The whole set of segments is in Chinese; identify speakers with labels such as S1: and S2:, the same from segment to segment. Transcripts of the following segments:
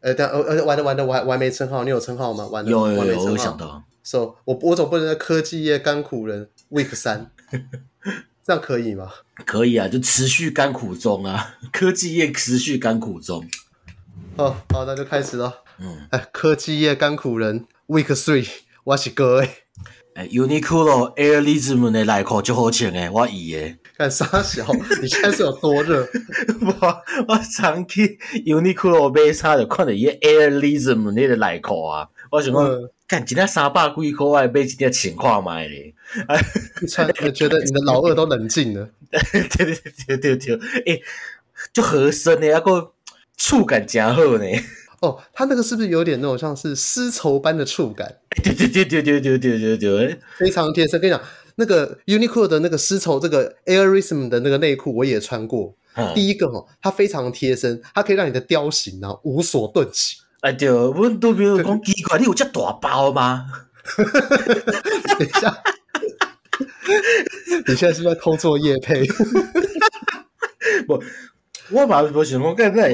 S1: 呃，但呃呃，完了完了，我还我还没称号，你有称号吗？完了，
S2: 有
S1: 我
S2: 有
S1: 还没
S2: 有，
S1: 称
S2: 我
S1: 号。
S2: 想到，
S1: So，我我总不能在科技业甘苦人 Week 三，这样可以吗？
S2: 可以啊，就持续甘苦中啊， 科技业持续甘苦中，
S1: 哦，好，那就开始了。
S2: 嗯，
S1: 哎，科技业甘苦人 Week Three，我是哥哎，
S2: 哎，Uniqlo Air l i s m 的内裤就好穿诶，我以诶。
S1: 看傻小，你现在是有多热？
S2: 我我常去 Uniqlo 买衫就看到伊 Airism 那个内裤啊，我想讲
S1: 嗯，
S2: 干、一领三百几块，我还买一领情看卖 咧。
S1: 你穿，你觉得你的老二都冷静了？
S2: 对对对对对，诶、就合身诶，啊个触感真好 呢。
S1: 哦，他那个是不是有点那种像是丝绸般的触感，
S2: 对对对对对对对对对，
S1: 非常贴身？跟你讲，那个 Uniqlo 的那个丝绸，这个 Airism 的那个内裤我也穿过。
S2: 嗯
S1: 第一个哦，它非常贴身，它可以让你的雕形啊无所遁 形。
S2: 啊对，阮都朋友讲奇怪，你有遮大包吗？
S1: 等一下， 你现在是不是在偷做夜配？
S2: 我嘛无想讲，干那，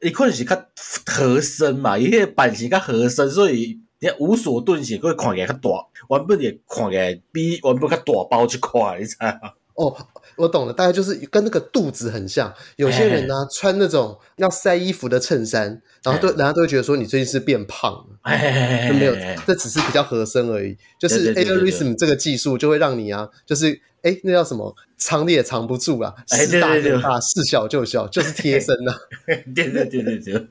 S2: 伊可能是较合身嘛，伊迄个版型较合身，所以你看无所遁形，佮看起来较大，原本也看起来比原本较大包一块，你知道吗？
S1: 哦，我懂了，大概就是跟那个肚子很像。有些人呢、穿那种要塞衣服的衬衫，然后都
S2: 哎
S1: 人家都会觉得说你最近是变胖了。
S2: 哎，
S1: 没有，这只是比较合身而已。就是
S2: 对对对对
S1: Airism 这个技术就会让你啊，就是哎，那叫什么，藏也藏不住啊，
S2: 哎
S1: 是大
S2: 对对对
S1: 就大，是小就小，就是贴身呐、啊。
S2: 对对对对对，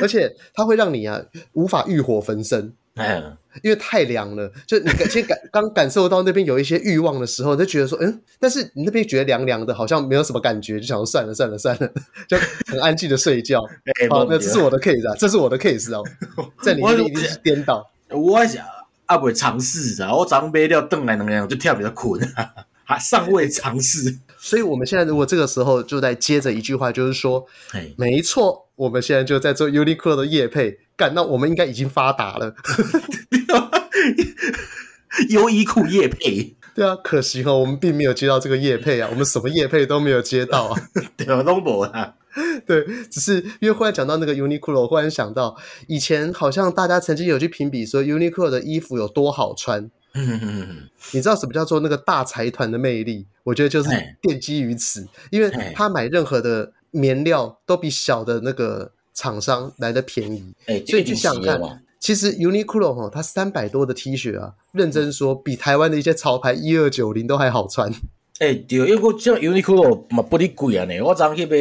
S1: 而且它会让你啊无法欲火焚身，
S2: 哎，
S1: 因为太凉了。就你感先感刚感受到那边有一些欲望的时候，你就觉得说，嗯，但是你那边觉得凉凉的，好像没有什么感觉，就想说算了算了 算了，就很安静的睡觉。
S2: 哎，
S1: 好，那这是我的 case 啊，这是我的 case 啊，在你那边一定是颠倒。
S2: 我，我是还未尝试啊，我昨昏买了顿来两样就跳比较困啊，还尚未尝试，
S1: 所以我们现在如果这个时候就在接着一句话，就是说，
S2: 哎，
S1: 没错，我们现在就在做 Uniqlo 的业配，干，那我们应该已经发达了，
S2: 优衣库夜配，
S1: 对啊，可惜哦，我们并没有接到这个业配啊，我们什么业配都没有接到啊，
S2: 对吧？拢无啦，
S1: 对，只是因为忽然讲到那个 Uniqlo，我忽然想到以前好像大家曾经有去评比说 Uniqlo 的衣服有多好穿，
S2: 嗯嗯嗯。
S1: 你知道什么叫做那个大财团的魅力？我觉得就是
S2: 哎
S1: 奠基于此，因为
S2: 哎
S1: 他买任何的棉料都比小的那个厂商来的便宜。
S2: 哎，
S1: 所以
S2: 这
S1: 去
S2: 个
S1: 想
S2: 挺
S1: 想
S2: 邪
S1: 看
S2: 嘛，
S1: 其实 Uniqlo 哈，它三百多的 T 恤啊，认真说比台湾的一些潮牌一二九零都还好穿。
S2: 诶、哎对，因为我像 Uniqlo 嘛不哩贵啊呢，我昨昏去买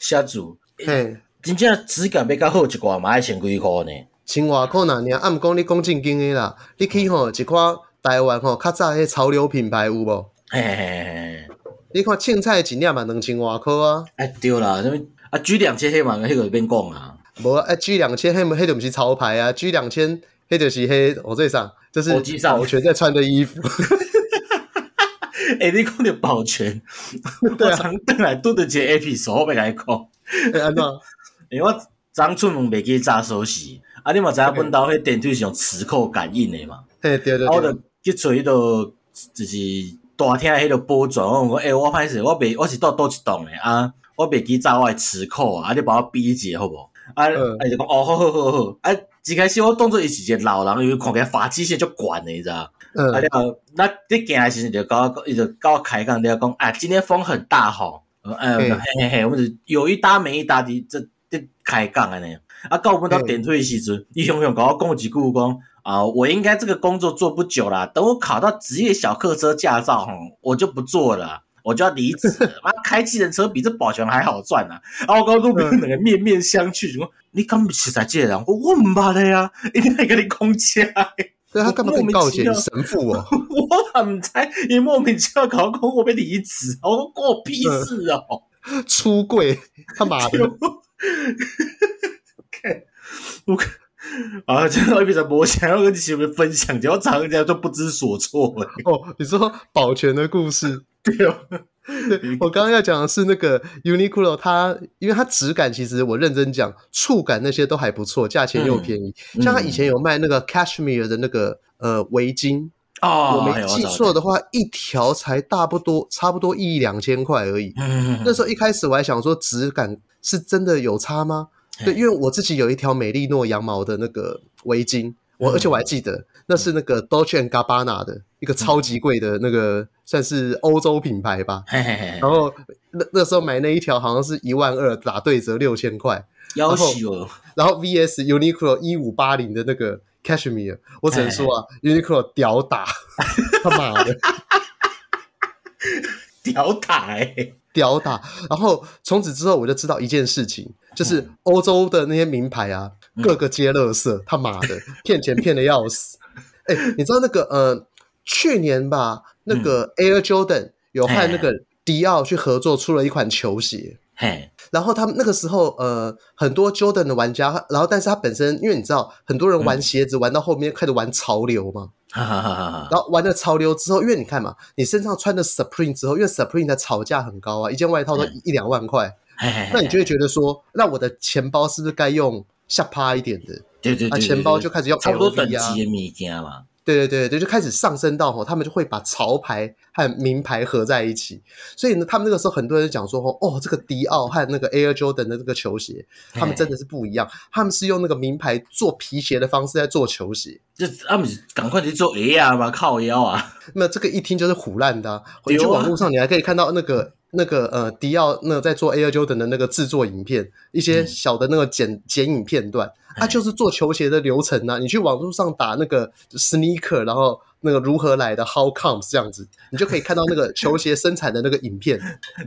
S2: 虾子，
S1: 嘿，
S2: 真正质感比较好一寡嘛，要千几箍呢。
S1: 青瓦扣哪年？啊，毋讲你讲正经的啦，你去吼一看台湾吼较早迄潮流品牌有无？
S2: 嘿嘿嘿嘿，
S1: 你看凊彩一领嘛两千外块啊，
S2: 哎、对啦，什么啊 G 两千迄嘛，迄个免讲啊。
S1: 无啊 G 两千迄迄就毋是潮牌啊，G 两千迄就是迄我最上就是
S2: 国际上
S1: 保全在穿的衣服。
S2: 诶、哎你讲着保全，
S1: 对
S2: 我
S1: 啊
S2: 昨昏转来拄着一个 A P 手，我要甲你讲，
S1: 哎安怎？
S2: 因为我昨昏出门袂记扎锁匙，啊，你嘛知影阮兜迄电梯是用磁扣感应的嘛，
S1: 嘿，对对
S2: 啊，我
S1: 对
S2: 就，去找迄个就是大厅的迄个保全，我讲，诶、欸，我歹势，我袂，我是住倒一栋的啊，我袂记走我的磁扣啊，啊，你帮我比一下好无？啊，
S1: 嗯
S2: 啊伊就讲，哦，好好好好，啊，一开始我当做伊是一个老人，因为看起来发际线足悬的，你知道？啊，
S1: 嗯，
S2: 了，那你行的时阵就甲我，伊就甲我开讲，了讲，啊，今天风很大吼，呃哎，
S1: 嘿
S2: 嘿嘿嘿，我们就有一搭没一搭的，这这开讲安尼。啊，到我们到
S1: 嘿
S2: 电梯的时阵，伊雄雄甲我讲一句讲，啊，我应该这个工作做不久啦，等我考到职业小客车驾照吼，我就不做了啦。我就要离职了，妈开计程车比这保全还好赚啊！啊，我跟路边两个
S1: 嗯
S2: 面面相觑，我说你敢不是在这个人？我我唔捌的呀，一定会跟你讲起
S1: 对他干嘛跟你告解？你
S2: 莫名其
S1: 神父哦。
S2: 我唔知，伊莫名其妙搞讲我被离职，我说关我屁事哦！
S1: 出柜，他妈的！
S2: 看，我看啊， 这个比较无想要跟你前面分享，然后常人家都不知所措哎了。
S1: 哦，你说保全的故事，
S2: 对哦，
S1: 对我刚刚要讲的是那个 Uniqlo，它因为它质感其实我认真讲，触感那些都还不错，价钱又便宜。
S2: 嗯
S1: 像它以前有卖那个 cashmere 的那个呃围巾，
S2: 哦，
S1: 我没记错的话，一条才大不多，差不多一两千块而已。
S2: 嗯，
S1: 那时候一开始我还想说质感是真的有差吗？对，因为我自己有一条美丽诺羊毛的那个围巾，我而且我还记得那是那个 Dolce Gabbana 的一个超级贵的那个，算是欧洲品牌吧。
S2: 嘿嘿嘿嘿
S1: 然，后那那时候买那一条好像是一万二，打对折六千块。
S2: 要求
S1: 然后 VS Uniqlo 一五八零的那个 Cashmere，我只能说啊，Uniqlo 屌打， 他妈的
S2: 屌打欸
S1: 屌打。然后从此之后我就知道一件事情，就是欧洲的那些名牌啊，
S2: 嗯
S1: 各个皆垃圾，他妈的骗钱骗的要死。哎，你知道那个呃，去年吧，那个 Air Jordan 有和那个迪奥去合作出了一款球鞋。
S2: 嘿，
S1: 然后他们那个时候，呃，很多 Jordan 的玩家，然后但是他本身，因为你知道，很多人玩鞋子、玩到后面开始玩潮流嘛，
S2: 哈哈哈哈哈，
S1: 然后玩了潮流之后，因为你看嘛，你身上穿的 Supreme 之后，因为 Supreme 的炒价很高啊，一件外套都一一两万块，
S2: 嘿嘿嘿
S1: 那你就会觉得说，那我的钱包是不是该用下趴一点的？
S2: 对对对
S1: 啊，
S2: 对
S1: 钱包
S2: 对
S1: 就开始用
S2: 差不多
S1: LV
S2: 等级
S1: 啊
S2: 的物件嘛，
S1: 对对对对，就开始上升到吼，他们就会把潮牌和名牌合在一起。所以呢，他们那个时候很多人讲说，吼哦，这个迪奥和那个 Air Jordan 的这个球鞋，他们真的是不一样，他们是用那个名牌做皮鞋的方式在做球鞋。
S2: 这他们是赶快去做 A 啊嘛，靠腰啊，
S1: 那这个一听就是胡乱的、啊，
S2: 对
S1: 回
S2: 啊
S1: 去网络上你还可以看到那个。那个呃，迪奥那个在做 Air Jordan 的那个制作影片，一些小的那个剪、剪影片段，啊，就是做球鞋的流程啊。你去网络上打那个 sneaker，然后那个如何来的 how comes 这样子，你就可以看到那个球鞋生产的那个影片。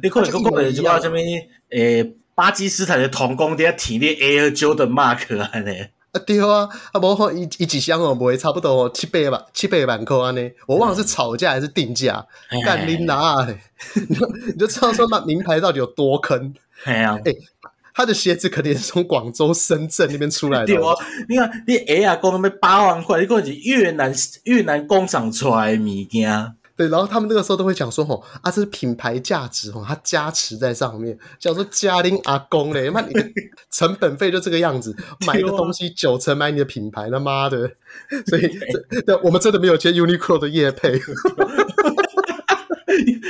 S2: 你可能讲讲的就到
S1: 它就
S2: 什
S1: 一
S2: 么诶，巴基斯坦的童工在体内 Air Jordan Mark 啊呢，
S1: 啊，对啊，啊，无好一一几箱哦，不会差不多哦，七百万七百万块安尼，我忘了是吵架还是定价，
S2: 哎
S1: 干你哪嘞？你就你就知道说那名牌到底有多坑。
S2: 嘿啊。
S1: 他的鞋子可能也是从广州、深圳那边出来的
S2: 对
S1: 哦、
S2: 哦，你看你 A 啊，讲要八万块，你讲是越南越南工厂出来的物件，
S1: 对，然后他们那个时候都会讲说，吼啊，这是品牌价值吼，它加持在上面，叫做嘉玲阿公嘞，妈你的成本费就这个样 子，买的东西九成买你的品牌，他妈的，所以这对，我们真的没有接 Uniqlo 的业配，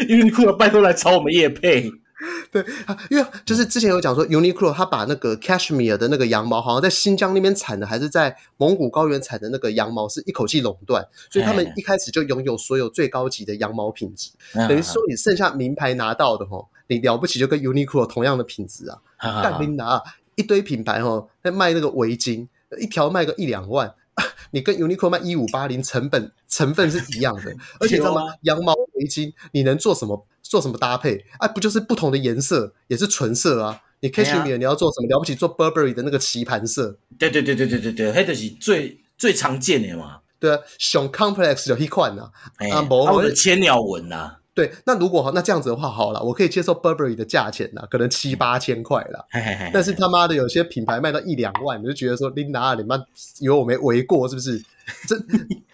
S2: 因为你库拜托来找我们叶配，
S1: 对，啊因为就是之前有讲说 Uniqlo 它把那个 cashmere 的那个羊毛，好像在新疆那边产的，还是在蒙古高原产的那个羊毛是一口气垄断，所以他们
S2: 哎
S1: 一开始就拥有所有最高级的羊毛品质。
S2: 嗯
S1: 等于说你剩下名牌拿到的吼，你了不起就跟 Uniqlo 同样的品质啊，
S2: 啊啊啊
S1: 干你拿啊一堆品牌吼在卖那个围巾，一条卖个一两万， 你跟 Uniqlo 卖一五八零，成本成分是一样的，而且你知道吗？羊毛围巾你能做什么？做什么搭配啊？不就是不同的颜色，也是纯色啊。你
S2: 对啊
S1: cashmere 你要做什么了不起？做 Burberry 的那个棋盘色，
S2: 对对对对对对对，迄就是最最常见的嘛。
S1: 对啊，熊 complex 有一款啊，
S2: 哎、
S1: 啊
S2: 啊，
S1: 无
S2: 我的千鸟啊纹呐、
S1: 对，那如果好，那这样子的话，好了，我可以接受 Burberry 的价钱啦，可能七八千块啦。
S2: 嘿嘿嘿，
S1: 但是他妈的有些品牌卖到一两万，你就觉得说琳达，你妈以为我没围过是不是？这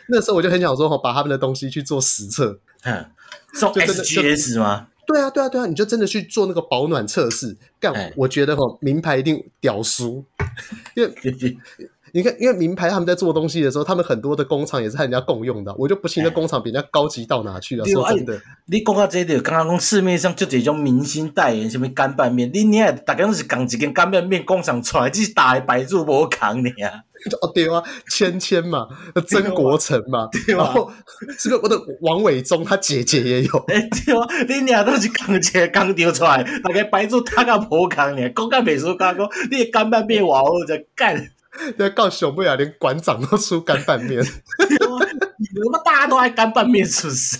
S1: 那时候我就很想说，哦把他们的东西去做实测。
S2: 哼， 送
S1: 就真的
S2: SGS 吗？
S1: 对啊，对啊，对啊，你就真的去做那个保暖测试。干
S2: 哎，
S1: 我觉得哈，名牌一定屌输。
S2: 对对，
S1: 你看，因为名牌他们在做东西的时候，他们很多的工厂也是和人家共用的啊，我就不信那
S2: 哎
S1: 工厂比人家高级到哪去啊！
S2: 对啊
S1: 说真的，
S2: 你讲到这个，刚刚讲市面上就这种明星代言什么干拌面，你你也大家都是讲一间干拌面工厂出来，只是打的白柱无扛你啊。
S1: 哦对啊，芊芊嘛，曾国成嘛，
S2: 对啊
S1: 然后是不是我的王伟忠他姐姐也有？
S2: 哎、对啊，你俩都是讲一个工厂出来，大家白柱他个无扛你，讲到袂输讲讲，你的干拌面哇，我在干。
S1: 对，告熊不雅连馆长都出干拌面，
S2: 哦你们大家都爱干拌面是不是？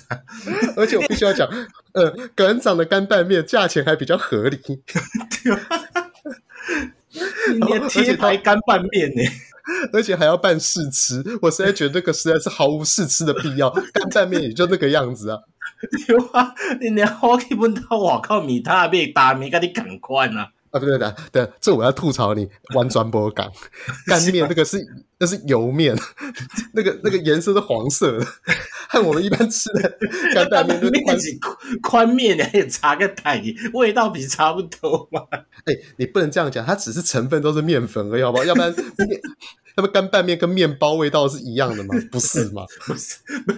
S1: 而且我必须要讲， 呃，馆长的干拌面价钱还比较合理，
S2: 你的贴牌干拌面呢？
S1: 而且还要办试吃，我实在觉得这个实在是毫无试吃的必要，干拌面也就那个样子啊。
S2: 对啊，你连我去本到外口面摊买大面，跟你同款啊！
S1: 啊，不对的，对，这我要吐槽你，完全不港干面那个是那是油面， 那个那个颜色是黄色的，和我们一般吃的干拌面都是
S2: 面是宽面，你还有差个太味道比差不多嘛。
S1: 哎、你不能这样讲，它只是成分都是面粉而已，好不好？要不然面， 那么干拌面跟面包味道是一样的吗？不是嘛？
S2: 不是，不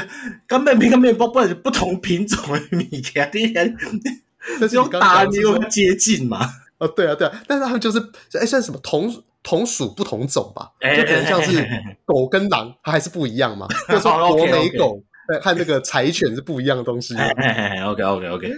S2: 是，干拌面跟面包本来是不同品种的物件，你连
S1: 但是
S2: 用
S1: 你刚刚
S2: 大
S1: 讲的
S2: 面
S1: 是说
S2: 又接近嘛？
S1: 哦，对啊，对啊，但是他们就是哎，算什么同同属不同种吧？
S2: 哎
S1: 就可能像是狗跟狼，它还是不一样嘛。或者说
S2: 哦
S1: 博
S2: ，OK，OK
S1: 美狗对和那个柴犬是不一样的东西。
S2: 嘿嘿嘿 OK OK OK，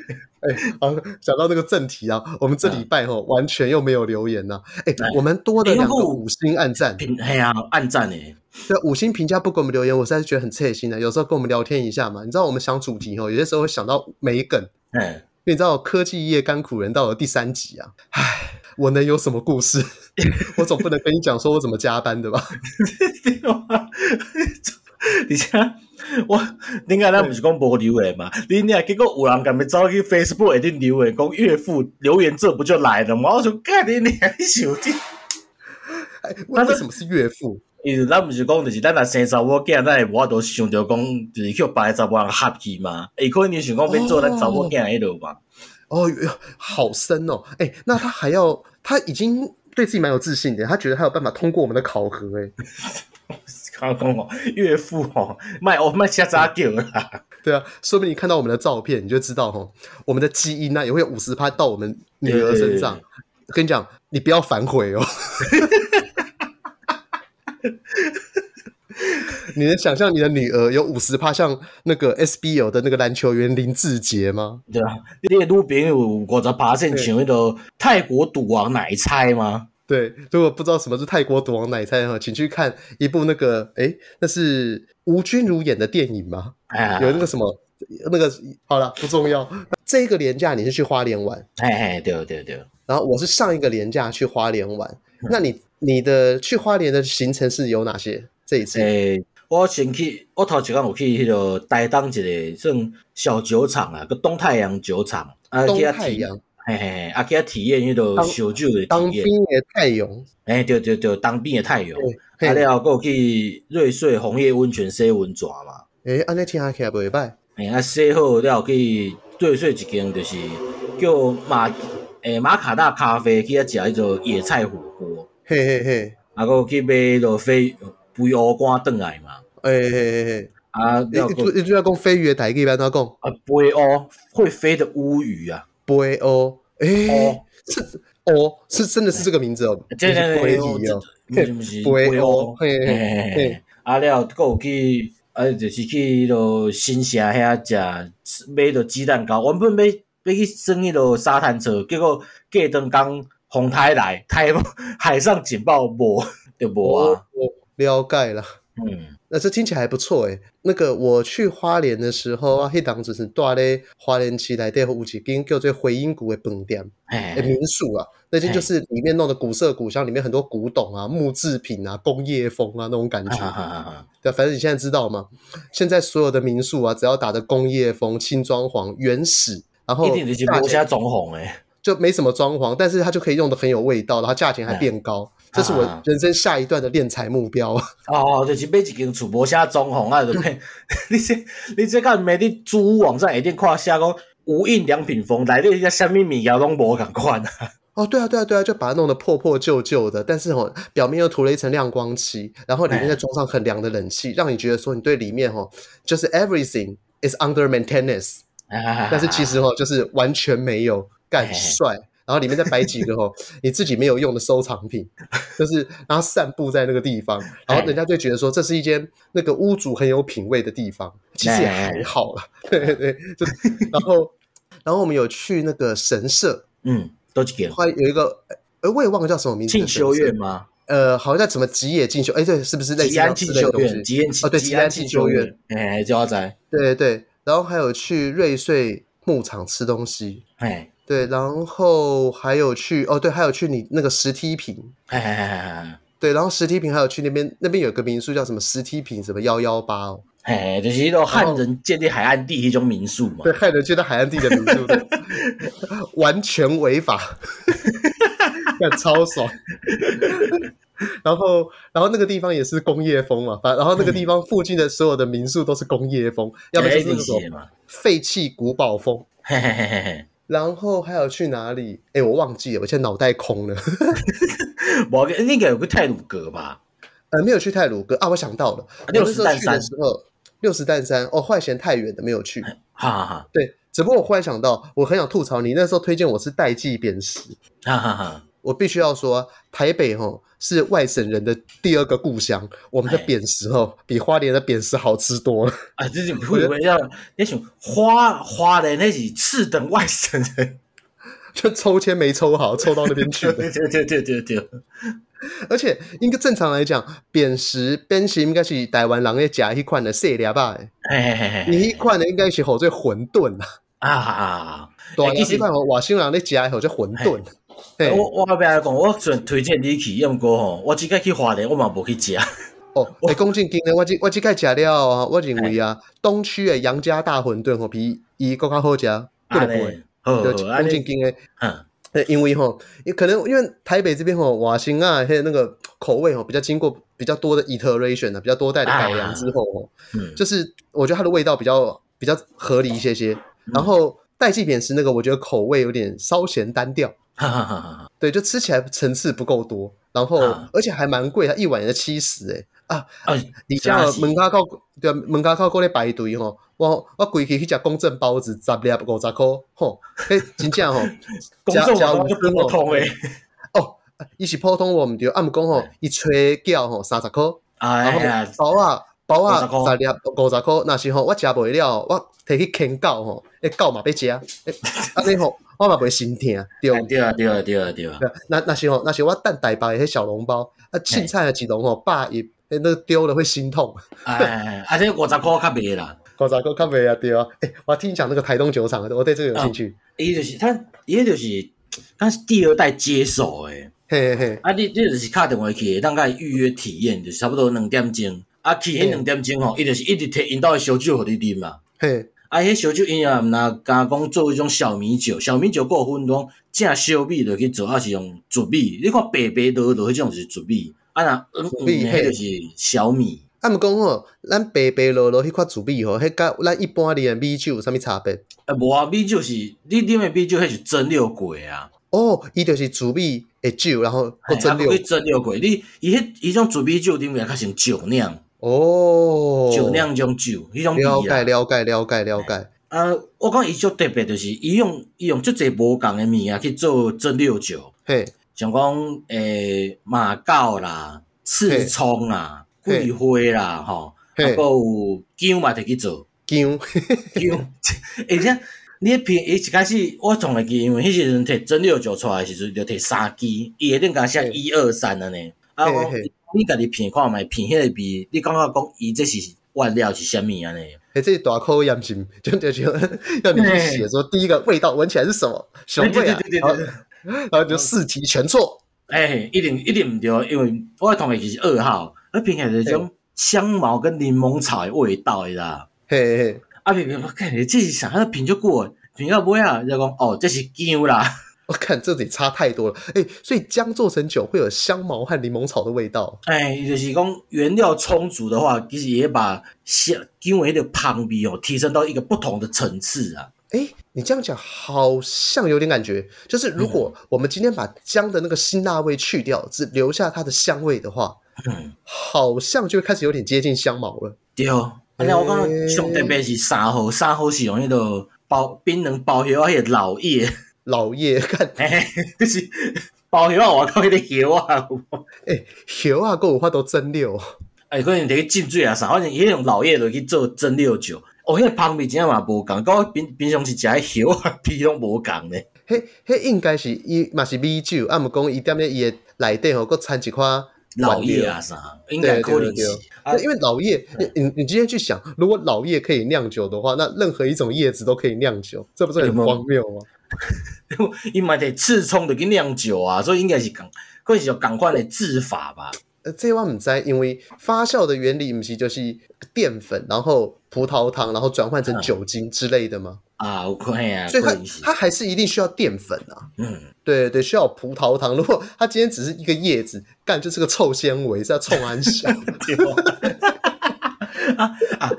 S1: 好，讲到那个正题啊，我们这礼拜哦完全又没有留言呐。哎，我们多的两个
S2: 哎呦
S1: 五星暗赞，
S2: 评嘿呀，暗赞诶，
S1: 对五星评价不给我们留言，我实在是觉得很刺心的。啊有时候跟我们聊天一下嘛，你知道我们想主题哦，有些时候会想到美梗，
S2: 嗯，
S1: 因为你知道科技业甘苦人到了第三集啊，唉，我能有什么故事？ 我总不能跟你讲说我怎么加班的吧？
S2: 对吧？而且我你看咱不是讲无留言嘛？你你结果有人敢要走去 Facebook 一定留言，讲岳父留言这不就来了吗？我想干你娘你想的。
S1: 哎，为
S2: 但是
S1: 为什么是岳父？
S2: 因为咱毋是讲，就是咱若生查某囝，咱会无法度想着讲，就是去别个查某人合去嘛。伊可能想讲要做咱查某囝迄落嘛。
S1: 哦，哟好深哦！哎，那他还要，他已经对自己蛮有自信的，他觉得他有办法通过我们的考核。哎，
S2: 刚讲哦，岳父哦，卖哦卖瞎杂叫啦。
S1: 对啊，说不定你看到我们的照片，你就知道哈，我们的基因呢、啊也会有五十趴到我们女儿身上
S2: 对。
S1: 跟你讲，你不要反悔哦。 你能想象你的女儿有五十趴像那个 SBL 的那个篮球员林志杰吗？
S2: 对啊，你的女朋友有五十八像迄落泰国赌王奶菜吗？
S1: 对，如果不知道什么是泰国赌王奶菜的话，请去看一部那个，诶，那是吴君如演的电影吗？
S2: 哎呀，
S1: 有那个什么，那个好了，不重要。这个廉价你是去花莲玩，
S2: 嘿嘿，对对对，
S1: 然后我是上一个廉价去花莲玩，
S2: 嗯
S1: 那你你的去花莲的行程是有哪些？这一次，
S2: 诶、我先去，我头一工有去迄落台东一个算小酒厂啊，个东太阳酒厂，啊
S1: 东
S2: 去遐
S1: 太
S2: 体，
S1: 阳
S2: 嘿嘿嘿，啊去遐体验迄落
S1: 当
S2: 烧酒的
S1: 当
S2: 体
S1: 兵
S2: 验。
S1: 的太勇，
S2: 哎、对对对，当兵的太阳，
S1: 嘿
S2: 啊了后还有去瑞穗红叶温泉洗温泉嘛，
S1: 诶，安尼听下起来袂歹，
S2: 哎、啊洗好了后去瑞穗一间就是叫马诶、马卡大咖啡去遐食迄种野菜火锅，
S1: 嘿嘿嘿，
S2: 啊个去买迄落飞肥乌干转来嘛，
S1: 诶哎嘿嘿嘿，
S2: 啊
S1: 你
S2: 了
S1: 你
S2: 后
S1: 你就要讲飞鱼的台语，要怎讲？
S2: 啊飞乌会飞的乌鱼啊，
S1: 飞哦，诶
S2: 哦，
S1: 是哦，是真的是这个名字哦，
S2: 这这
S1: 不是飞
S2: 这
S1: 鱼哦，
S2: 这这不是
S1: 嘿
S2: 飞乌，
S1: 嘿嘿
S2: 嘿嘿
S1: 嘿
S2: 嘿，啊了后还有去。啊，就是去迄落新城遐食买着鸡蛋糕，原本要要去耍迄落沙滩车，结果过顿工风台来，台海上警报无就无
S1: 哦
S2: 啊。，
S1: 我了解了。
S2: 嗯，
S1: 那这听起来还不错诶。那个我去花莲的时候啊，迄当时是住咧花莲市内底有一间叫做回音谷的饭店、诶
S2: 嘿，
S1: 民宿啊，那间就是里面弄的古色古香，里面很多古董啊、木制品啊、工业风啊那种感
S2: 哈哈
S1: 觉。
S2: 哈哈，
S1: 对，反正你现在知道嘛，现在所有的民宿啊，只要打着工业风、轻装潢、原始，然后
S2: 一定就是
S1: 价
S2: 无
S1: 钱
S2: 啥装潢诶。
S1: 就没什么装潢，但是它就可以用的很有味道，然后价钱还变高，这是我
S2: 啊
S1: 人生下一段的敛财目标。
S2: 哦，就是买一间厝无啥装潢啊，就 变。 你这你这干咩？你租屋网站一定看写讲无印良品风，内底遐啥物物件拢无共款啊。
S1: 哦，对啊，对啊，对啊，就把它弄得破破旧旧的，但是哦，表面又涂了一层亮光漆，然后里
S2: 哎
S1: 面再装上很凉的冷气，让你觉得说你对里面哦，就是 everything is under maintenance，但
S2: 但
S1: 是其实哦，就是完全没有干
S2: 啊哎
S1: 帅，然后里面再摆几个哦你自己没有用的收藏品，就是然后散布在那个地方，然后
S2: 哎
S1: 人家就觉得说这是一间那个屋主很有品味的地方，其实也
S2: 哎
S1: 还好啦， 对对对，就然后然后我们有去那个神社。
S2: 嗯，都一间。
S1: 还有一个，呃，我也忘了叫什么名字。
S2: 进修院，吗？
S1: 呃，好像叫什么吉野进修，哎，对，是不是类似
S2: 吉安进修院，
S1: 吉
S2: 吉安
S1: 哦对吉
S2: 吉
S1: 安
S2: 安
S1: 进
S2: 进
S1: 修
S2: 修
S1: 院
S2: 院，哎，就要在，
S1: 对对对，然后还有去瑞穗牧场吃东西，
S2: 哎，
S1: 对，然后还有去哦，对，还有去你那个石梯坪，
S2: 哎哎哎哎
S1: 对，然后石梯坪还有去那边那边有个民宿叫什么石梯坪什么幺幺八哦，
S2: 哎，嘿就是迄种汉人建立海岸地迄种民宿嘛
S1: 对，。害人觉得海岸地的民宿对完全违法，那超爽。然后，然后那个地方也是工业风嘛，反然后那个地方附近的所有的民宿都是工业风，要不然
S2: 哎
S1: 就是那种
S2: 一定是嘛。
S1: 废弃古堡风。
S2: 嘿嘿嘿嘿嘿，
S1: 然后还有去哪里？哎，我忘记了，我现在脑袋空了。
S2: 无那个有个泰鲁阁吧？
S1: 呃，没有去泰鲁阁啊，我想到了，
S2: 那
S1: 我
S2: 有
S1: 那时候去的时候，六十蛋三哦，坏嫌太远的没有去。
S2: 哈哈
S1: 对，只不过我忽然想到，我很想吐槽你那时候推荐我是代记扁食，
S2: 哈哈哈，
S1: 我必须要说，台北吼是外省人的第二个故乡，我们的
S2: 哎
S1: 扁食吼比花莲的扁食好吃多了。
S2: 啊，这是会不会要那种花花的那是次等外省人？
S1: 就抽签没抽好，抽到那边去
S2: 对
S1: 的。
S2: 对对对对对，
S1: 而且应该正常来讲，扁食扁食应该是台湾人的夹一款的蟹料吧？
S2: 嘿嘿嘿嘿，
S1: 你一款的应该是吼最馄饨啊，
S2: 啊啊！
S1: 对啊，
S2: 其实哎呃
S1: 一款吼瓦新人咧夹吼最馄饨。对
S2: 我我后壁来讲，我纯推荐你去，因为过吼，我即个去花莲，我嘛无去啊食。
S1: 哦，哎，讲真经呢，我这我这个食了啊，我认为啊，
S2: 哎
S1: 东区的杨家大馄饨吼比伊更较好食，对不对？
S2: 好
S1: 对，
S2: 好，安
S1: 讲真
S2: 尼，
S1: 经的。
S2: 嗯，
S1: 对，因为吼，也可能因为台北这边吼，瓦辛啊，还有那个口味吼，比较经过比较多的 iteration 啊，比较多代的改良之后吼，
S2: 嗯
S1: 就是我觉得它的味道比较比较合理一些些。然后代记扁食那个，我觉得口味有点稍显单调，
S2: 哈哈哈哈，
S1: 对，就吃起来层次不够多，然后、
S2: 啊
S1: 而且还蛮贵，它一碗也七十哎啊！
S2: 啊，
S1: 你家
S2: 真的是
S1: 门口口对啊门口口过咧排队吼，我我规去去食公正包子，十粒五十箍吼，嘿，真正吼，
S2: 公
S1: 吃
S2: 众
S1: 吃
S2: 我
S1: 五
S2: 就
S1: 分
S2: 不
S1: 哦
S2: 通诶。
S1: 哦，伊是普通话毋对，啊毋讲吼，伊吹饺吼三十箍，然
S2: 哎呀
S1: 后，包啊包啊
S2: 50块
S1: 十粒五十箍，若是吼我食袂了，我摕去啃狗吼，迄狗嘛要食，迄安尼吼我嘛袂心疼，对。
S2: 哎对啊对啊对啊对啊，
S1: 对那那是吼，那是我蛋台包的迄小笼包，啊，凊彩的一笼吼，百一，那个丢了会心痛。
S2: 哎，啊这五十箍较袂啦。
S1: 五十块较袂啊，对啊。诶、我听讲那个台东酒厂的，我对这个有兴趣。
S2: 伊就是他，伊就是，他是第二代接手诶。
S1: 嘿嘿嘿，
S2: 啊，你你就是敲电话去，咱甲伊预约体验，就是差不多两点钟。啊，去迄两点钟吼，伊就是一直摕因兜诶烧酒互你啉嘛。
S1: 嘿，
S2: 啊，迄烧酒因也毋若敢讲做迄种小米酒，小米酒还有分讲正小米落去做，还啊是用糯米。你看白白落落迄种就是糯米，啊若
S1: 糯
S2: 糯
S1: 米
S2: 米
S1: 嘿
S2: 迄就是小米。
S1: 啊，毋讲吼，咱白白落落迄款主米吼，迄甲咱一般的米酒有啥物差别？
S2: 啊，无啊，米酒是你啉诶米酒，迄是蒸馏过的啊。
S1: 哦，伊就是主米的酒，然后搁哦蒸
S2: 嘿啊佮
S1: 馏。
S2: 蒸馏过，你伊迄伊种糯米酒啉起来较像酒酿，
S1: 哦，
S2: 酒酿种酒，迄种
S1: 了
S2: 味
S1: 解
S2: 啊。
S1: 了解了解了解。
S2: 啊，我讲伊足特别，就是伊用伊用足侪无共诶物啊去做蒸馏酒，
S1: 嘿，
S2: 像讲诶马告啦、刺葱啦、
S1: 嘿
S2: 桂花啦，吼，啊，
S1: 嘿
S2: 佮，有姜嘛，摕去做。
S1: 姜，
S2: 姜，而且你迄片伊一开始我从会记，因为迄时阵摕蒸馏酒出来的时阵，就摕三支，伊会顶甲写一二三安尼。啊，
S1: 嘿
S2: 我
S1: 嘿
S2: 你家己片看觅片迄个味，你感觉讲伊这是原料是啥物安尼？
S1: 诶，这是大口盐是， 就就就要你去写说第一个味道闻起来是什么，什么味啊？
S2: 对对对
S1: 然后
S2: 对对。
S1: 然后就四题全错。
S2: 哎、一定一定毋对，因为我的同学其实二号，啊，片起来就是种香茅跟柠檬草的味道的啦。
S1: 嘿嘿，
S2: 啊，片片我看这是啥？啊品就过，品到尾啊，就讲哦，这是姜啦。
S1: 我看这里差太多了。诶，所以姜做成酒会有香茅和柠檬草的味道。
S2: 哎，就是讲原料充足的话，其实也把香因为的旁味哦提升到一个不同的层次啊。
S1: 哎，你这样讲好像有点感觉，就是如果
S2: 嗯
S1: 我们今天把姜的那个辛辣味去掉，只留下它的香味的话，
S2: 嗯，
S1: 好像就会开始有点接近香茅了。
S2: 对哦。而且我感觉上特别是三号，三号是用迄个包槟榔包叶啊，迄个老叶，
S1: 老叶看，
S2: 嘿嘿，就是包叶啊，外口迄个叶啊，有无
S1: 哎，油啊，够有法都蒸馏，
S2: 哎，可能得去浸水啊啥，反正伊迄种老叶落去做蒸馏酒，哦，迄、个芳味真正嘛无共，甲我平平常时食迄叶啊，皮拢无共咧。
S1: 嘿嘿，应该是伊嘛是米酒，啊，毋讲伊踮咧伊的内底吼，搁掺一块
S2: 老叶啊啥，应该
S1: 对
S2: 可
S1: 对
S2: 能
S1: 对
S2: 是。啊
S1: 对，因为老叶，你你你今天去想，如果老叶可以酿酒的话，那任何一种叶子都可以酿酒，这不是很
S2: 哎有没有
S1: 荒谬吗？
S2: 伊嘛得刺葱的去酿酒啊，所以应该是共，可能是有共款的制法吧。
S1: 呃，这我唔知，因为发酵的原理不是就是淀粉，然后葡萄糖，然后转换
S2: 嗯
S1: 成酒精之类的吗？
S2: 啊，有可能啊，
S1: 所以
S2: 可
S1: 它
S2: 能是，
S1: 它还是一定需要淀粉啊。
S2: 嗯，
S1: 对对，需要有葡萄糖。如果它今天只是一个叶子，干就是个臭纤维，是要冲安 小。
S2: 对啊啊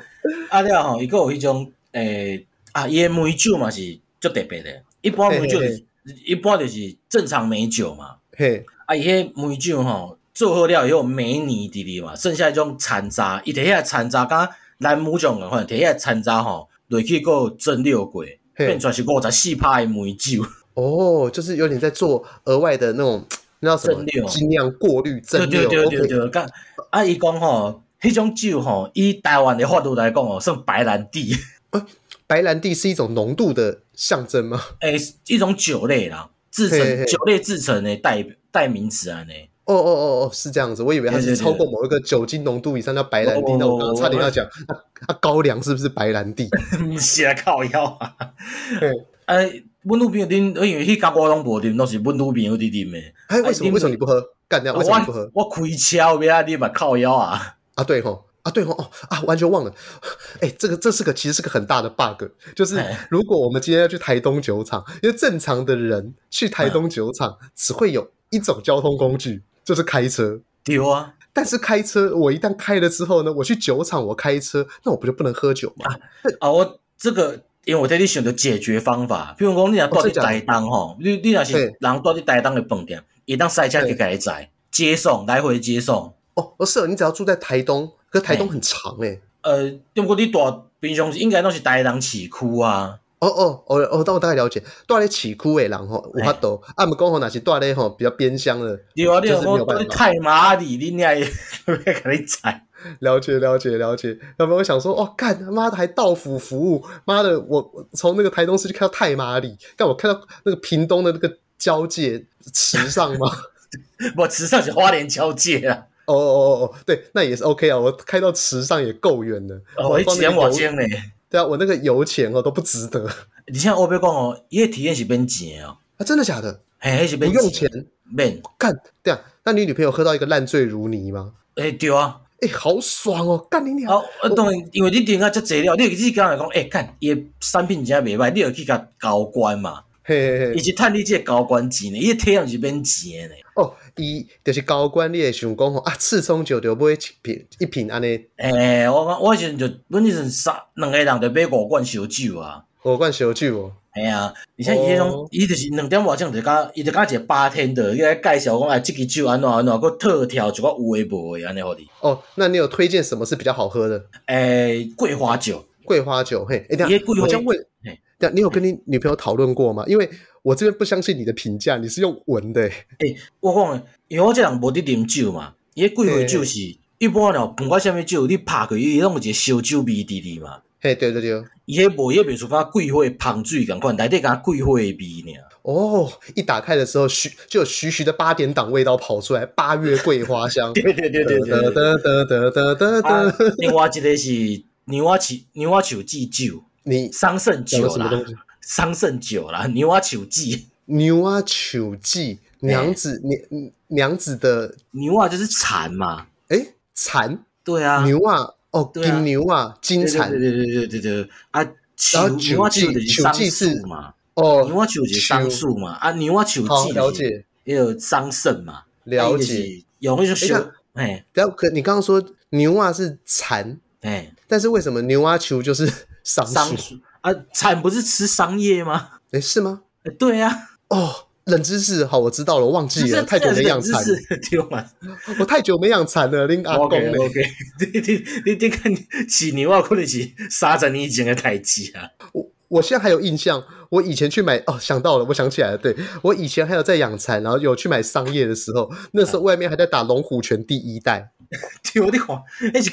S2: 啊了吼，伊个有迄种诶、啊，伊诶梅酒嘛是足特别的，一般梅
S1: 嘿
S2: 酒、就
S1: 嘿
S2: 是一般就是正常梅酒嘛，
S1: 嘿，
S2: 啊伊迄梅酒吼做好了以后梅泥伫里嘛，剩下迄种残渣，伊摕遐残渣敢。咱每种人可能摕迄个参渣吼，落去个蒸馏过，变
S1: 嘿，
S2: 出来是五十四拍的梅酒，
S1: 哦，就是有点在做额外的那种，那叫什么
S2: 蒸馏？
S1: 精酿过滤蒸
S2: 对对
S1: 馏
S2: 对对
S1: ，OK，
S2: 对，干啊伊讲吼，迄种酒吼，以台湾的法度来讲哦，算白兰地，
S1: 白兰地是一种浓度的象征吗？
S2: 诶、一种酒类啦，制
S1: 嘿嘿
S2: 成
S1: 嘿
S2: 酒类制成的代代名词 安尼。
S1: 哦哦哦哦，是这样子，我以为它
S2: 对
S1: 是
S2: 对对
S1: 超过某一个酒精浓度以上叫白兰地，那我刚刚差点要
S2: 哦
S1: 讲，那那高粱是不是白兰地？
S2: 毋是啊，靠腰啊！
S1: 对，
S2: 啊，阮女朋友啉，因为迄工我拢无啉，拢是阮女朋友伫啉的。
S1: 哎，为什
S2: 哎
S1: 么
S2: 你哦
S1: 为什么你不喝？干 掉为什么你不喝
S2: 我我开车有要啉嘛，靠腰啊！
S1: 啊？对吼。啊对吼哦啊，完全忘了，哎，这个这是个其实是个很大的 bug，就是
S2: 哎
S1: 如果我们今天要去台东酒厂，因为正常的人去
S2: 嗯
S1: 台东酒厂只会有一种交通工具，就是开车。
S2: 对啊，
S1: 但是开车，我一旦开了之后呢，我去酒厂我开车，那我不就不能喝酒吗？
S2: 啊，我这个因为我在你想着解决方法，比如讲你若住
S1: 哦真
S2: 伫
S1: 假的
S2: 台东吼，你你若是
S1: 嘿
S2: 人住伫台东的饭店，会当塞车去
S1: 嘿
S2: 家己载接送来回接送。
S1: 哦，哦是哦，你只要住在台东，可是台东很长哎、
S2: 呃，中国你住平常时应该拢是台东市区啊，
S1: 哦哦哦哦，但我大概了解，住在市区的人吼，有法度。啊，毋讲吼，若是住咧吼比较边乡的，
S2: 对啊，你
S1: 就
S2: 若
S1: 是
S2: 讲
S1: 没有
S2: 住
S1: 办
S2: 伫
S1: 法。
S2: 太麻里，你俩会 要甲你载。
S1: 了解了解了解。要不然我想说，哦，干他妈的还到府服务，妈的，我我从那个台东市区开到太麻里，干我看到那个屏东的那个交界池上吗？
S2: 我池上是花莲交界啊，
S1: 哦哦哦哦，对，那也是 OK 啊，我开到池上也够远了。
S2: 哦，一
S1: 光那
S2: 千
S1: 个
S2: 外
S1: 油
S2: 千嘞。
S1: 对啊，我那个油钱哦都不值得
S2: 而且我要讲哦，伊个体验是免钱的哦，
S1: 啊，真的假的？
S2: 嘿，迄是
S1: 不
S2: 免
S1: 用钱，
S2: 免，
S1: 干对啊，那你女朋友喝到一个烂醉如泥吗？
S2: 诶，对啊，
S1: 哎、好爽哦！干你
S2: 啊
S1: 娘！，
S2: 啊当然，因为你订啊遮济了，你你讲来讲，诶，看伊的产品真正袂歹，你要去甲交关嘛，
S1: 嘿嘿
S2: 伊
S1: 嘿，
S2: 是趁你即个交关钱呢，伊个体验是免钱的呢，
S1: 哦，伊就是高官，你会想讲吼啊，赤松酒就买一瓶一瓶安尼
S2: 诶，欸我我迄阵就，阮迄阵三两个人就买五罐烧酒啊。
S1: 五罐烧酒哦。
S2: 哎啊，而且伊迄种
S1: 哦，
S2: 伊就是两点外钟就甲，伊就甲一个八天的，伊来介绍讲，哎，即支酒安怎安怎，佮特调一个有诶无诶安尼互你。
S1: 哦，那你有推荐什么是比较好喝的
S2: 诶、桂花酒，
S1: 桂花酒？嘿，哎、等一
S2: 你的桂
S1: 下
S2: 花
S1: 我这样问
S2: 嘿，
S1: 等一下你有跟你女朋友讨论过吗？因为我这边不相信你的评价，你是用闻的、欸。
S2: 我讲诶，因为我这人无伫啉酒嘛，伊诶桂花酒是一般了，不管啥物酒，你拍开伊拢有一个烧酒味伫伫嘛。
S1: 嘿，对对对，
S2: 伊迄无伊袂输甲桂花芳水共款，内底甲桂花的 味尔。
S1: 哦，一打开的时候，徐就有徐徐的八点档味道跑出来，八月桂花香。
S2: 对对对对
S1: 得
S2: 对对。
S1: 得得得得得
S2: 啊
S1: 得，，
S2: 另外一个是牛蛙树牛蛙树枝酒，
S1: 你
S2: 桑葚
S1: 讲了
S2: 酒
S1: 什么
S2: 啦
S1: 东，西？
S2: 桑葚酒啦，牛蛙树枝。
S1: 牛啊，球技娘子娘娘子的
S2: 牛蛙就是蚕嘛，
S1: 哎蚕
S2: 对啊，
S1: 牛啊，哦
S2: 对啊
S1: 金牛啊，
S2: 对
S1: 金蚕
S2: 对对对对对对对啊，
S1: 后
S2: 树牛蛙
S1: 酒
S2: 树
S1: 剂
S2: 就是桑
S1: 酒剂是
S2: 树嘛。牛
S1: 哦，
S2: 蛙球是桑树嘛，啊，牛蛙球
S1: 好
S2: 技
S1: 了，解
S2: 也有桑葚嘛，啊
S1: 了
S2: 伊就
S1: 解。
S2: 是用迄种
S1: 哎
S2: 小，哎
S1: 然后可你刚刚说牛啊是蚕，
S2: 哎，
S1: 但是为什么牛啊球就是 桑
S2: 桑
S1: 树？
S2: 树啊，蚕不是吃桑叶吗？
S1: 哎，是吗？
S2: 哎对啊，
S1: 哦，冷知识，好，我知道了，我忘 记了，太久没养蚕，
S2: 是对嘛
S1: 我太久没养蚕了，恁阿公
S2: ？OK
S1: 嘞。
S2: OK，你你你你看饲牛蛙可能是三十年前的代志啊，
S1: 我我现在还有印象，我以前去买哦，想到了，我想起来了，对我以前还有在养蚕，然后有去买桑叶的时候，那时候外面还在打龙虎拳第一代。
S2: 对，你看，那是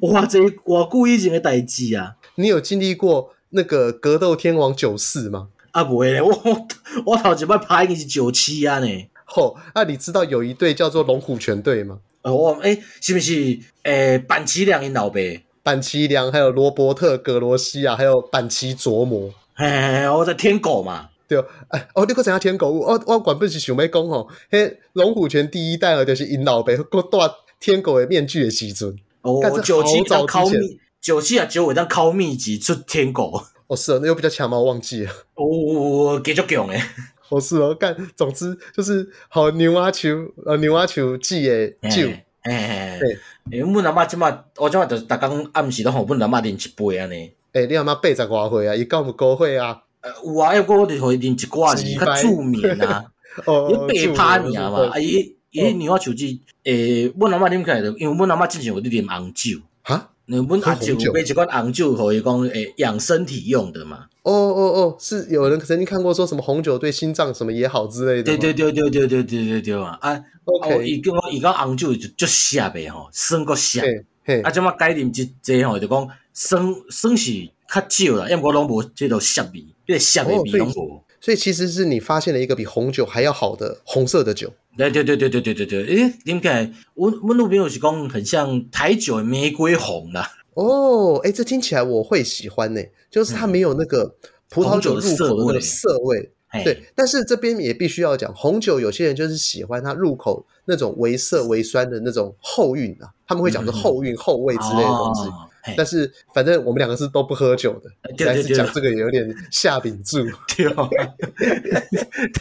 S2: 偌济偌久以前的代志啊。
S1: 你有经历过那个格斗天王九四吗？
S2: 啊，不会咧，我我我头一摆拍已经是九七啊呢。
S1: 吼、那、你知道有一队叫做龙虎拳队吗？
S2: 呃，我诶、是不是诶、板崎良因老爸？嘿
S1: 板崎良、还有罗伯特·格罗西亚，还有板崎琢磨。
S2: 嘿嘿，我在天狗嘛。
S1: 对哦，哎，哦，你个怎样舔狗？我我原本是想要讲吼，嘿，龙虎拳第一代哦，就是因老爸搁戴舔狗的面具的时阵。
S2: 哦
S1: 干这
S2: 我九七
S1: 好早
S2: 当靠
S1: 之前
S2: 密，九七啊九尾当靠密集出天狗。
S1: 哦，是哦，那又比较强嘛，我忘记了。
S2: 哦，继续强 诶，
S1: 我是哦，干，总之就是好牛啊球，呃，牛啊球季的酒，
S2: 嘿嘿
S1: 对
S2: 嘿，诶，阮阿嬷即摆，我即摆就是逐工暗时拢互阮阿嬷啉一杯安尼。
S1: 诶、欸你阿妈八十外岁啊，伊够唔够岁啊？
S2: 呃，有啊，要不我就互伊啉一寡
S1: 几
S2: 是
S1: 杯
S2: 较助眠啊，
S1: 哦， 哦
S2: 伊八趴尔嘛。啊，
S1: 酒哦
S2: 伊伊伊牛蛙手指，诶，阮阿嬷啉起来就，因为阮阿嬷之前有伫啉红酒。
S1: 啊，
S2: 你们阿
S1: 喝
S2: 舅
S1: 红酒
S2: 被一罐红酒可以讲诶养身体用的嘛？
S1: 哦哦哦，是有人曾经看过说什么红酒对心脏什么也好之类的
S2: 对
S1: 吗。
S2: 对对对对对对对对嘛！啊啊，我
S1: ，OK，
S2: 伊讲伊讲红酒就足涩的吼，酸个涩。
S1: 嘿嘿
S2: 啊，，即马改啉即即吼，就讲酸酸是较少啦，要毋过拢无即个涩味，迄个涩的
S1: 哦
S2: 味
S1: 所以
S2: 拢无。
S1: 所以其实是你发现了一个比红酒还要好的红色的酒。
S2: 对对对对对对对对，诶，啉起来，阮阮女朋友是讲很像台酒的玫瑰红啦，
S1: 哦，哎，这听起来我会喜欢呢、就是它没有那个葡萄酒入口的那
S2: 嗯红酒
S1: 个
S2: 的
S1: 涩味。
S2: 嘿
S1: 对，但是这边也必须要讲，红酒有些人就是喜欢它入口那种微涩微酸的那种后韵啊，他们会讲是后韵、后味之类的东西。
S2: 嗯哦嘿
S1: 但是反正我们两个是都不喝酒的，
S2: 对对
S1: 还是
S2: 对
S1: 讲这个也有点下秉注。
S2: 对哦，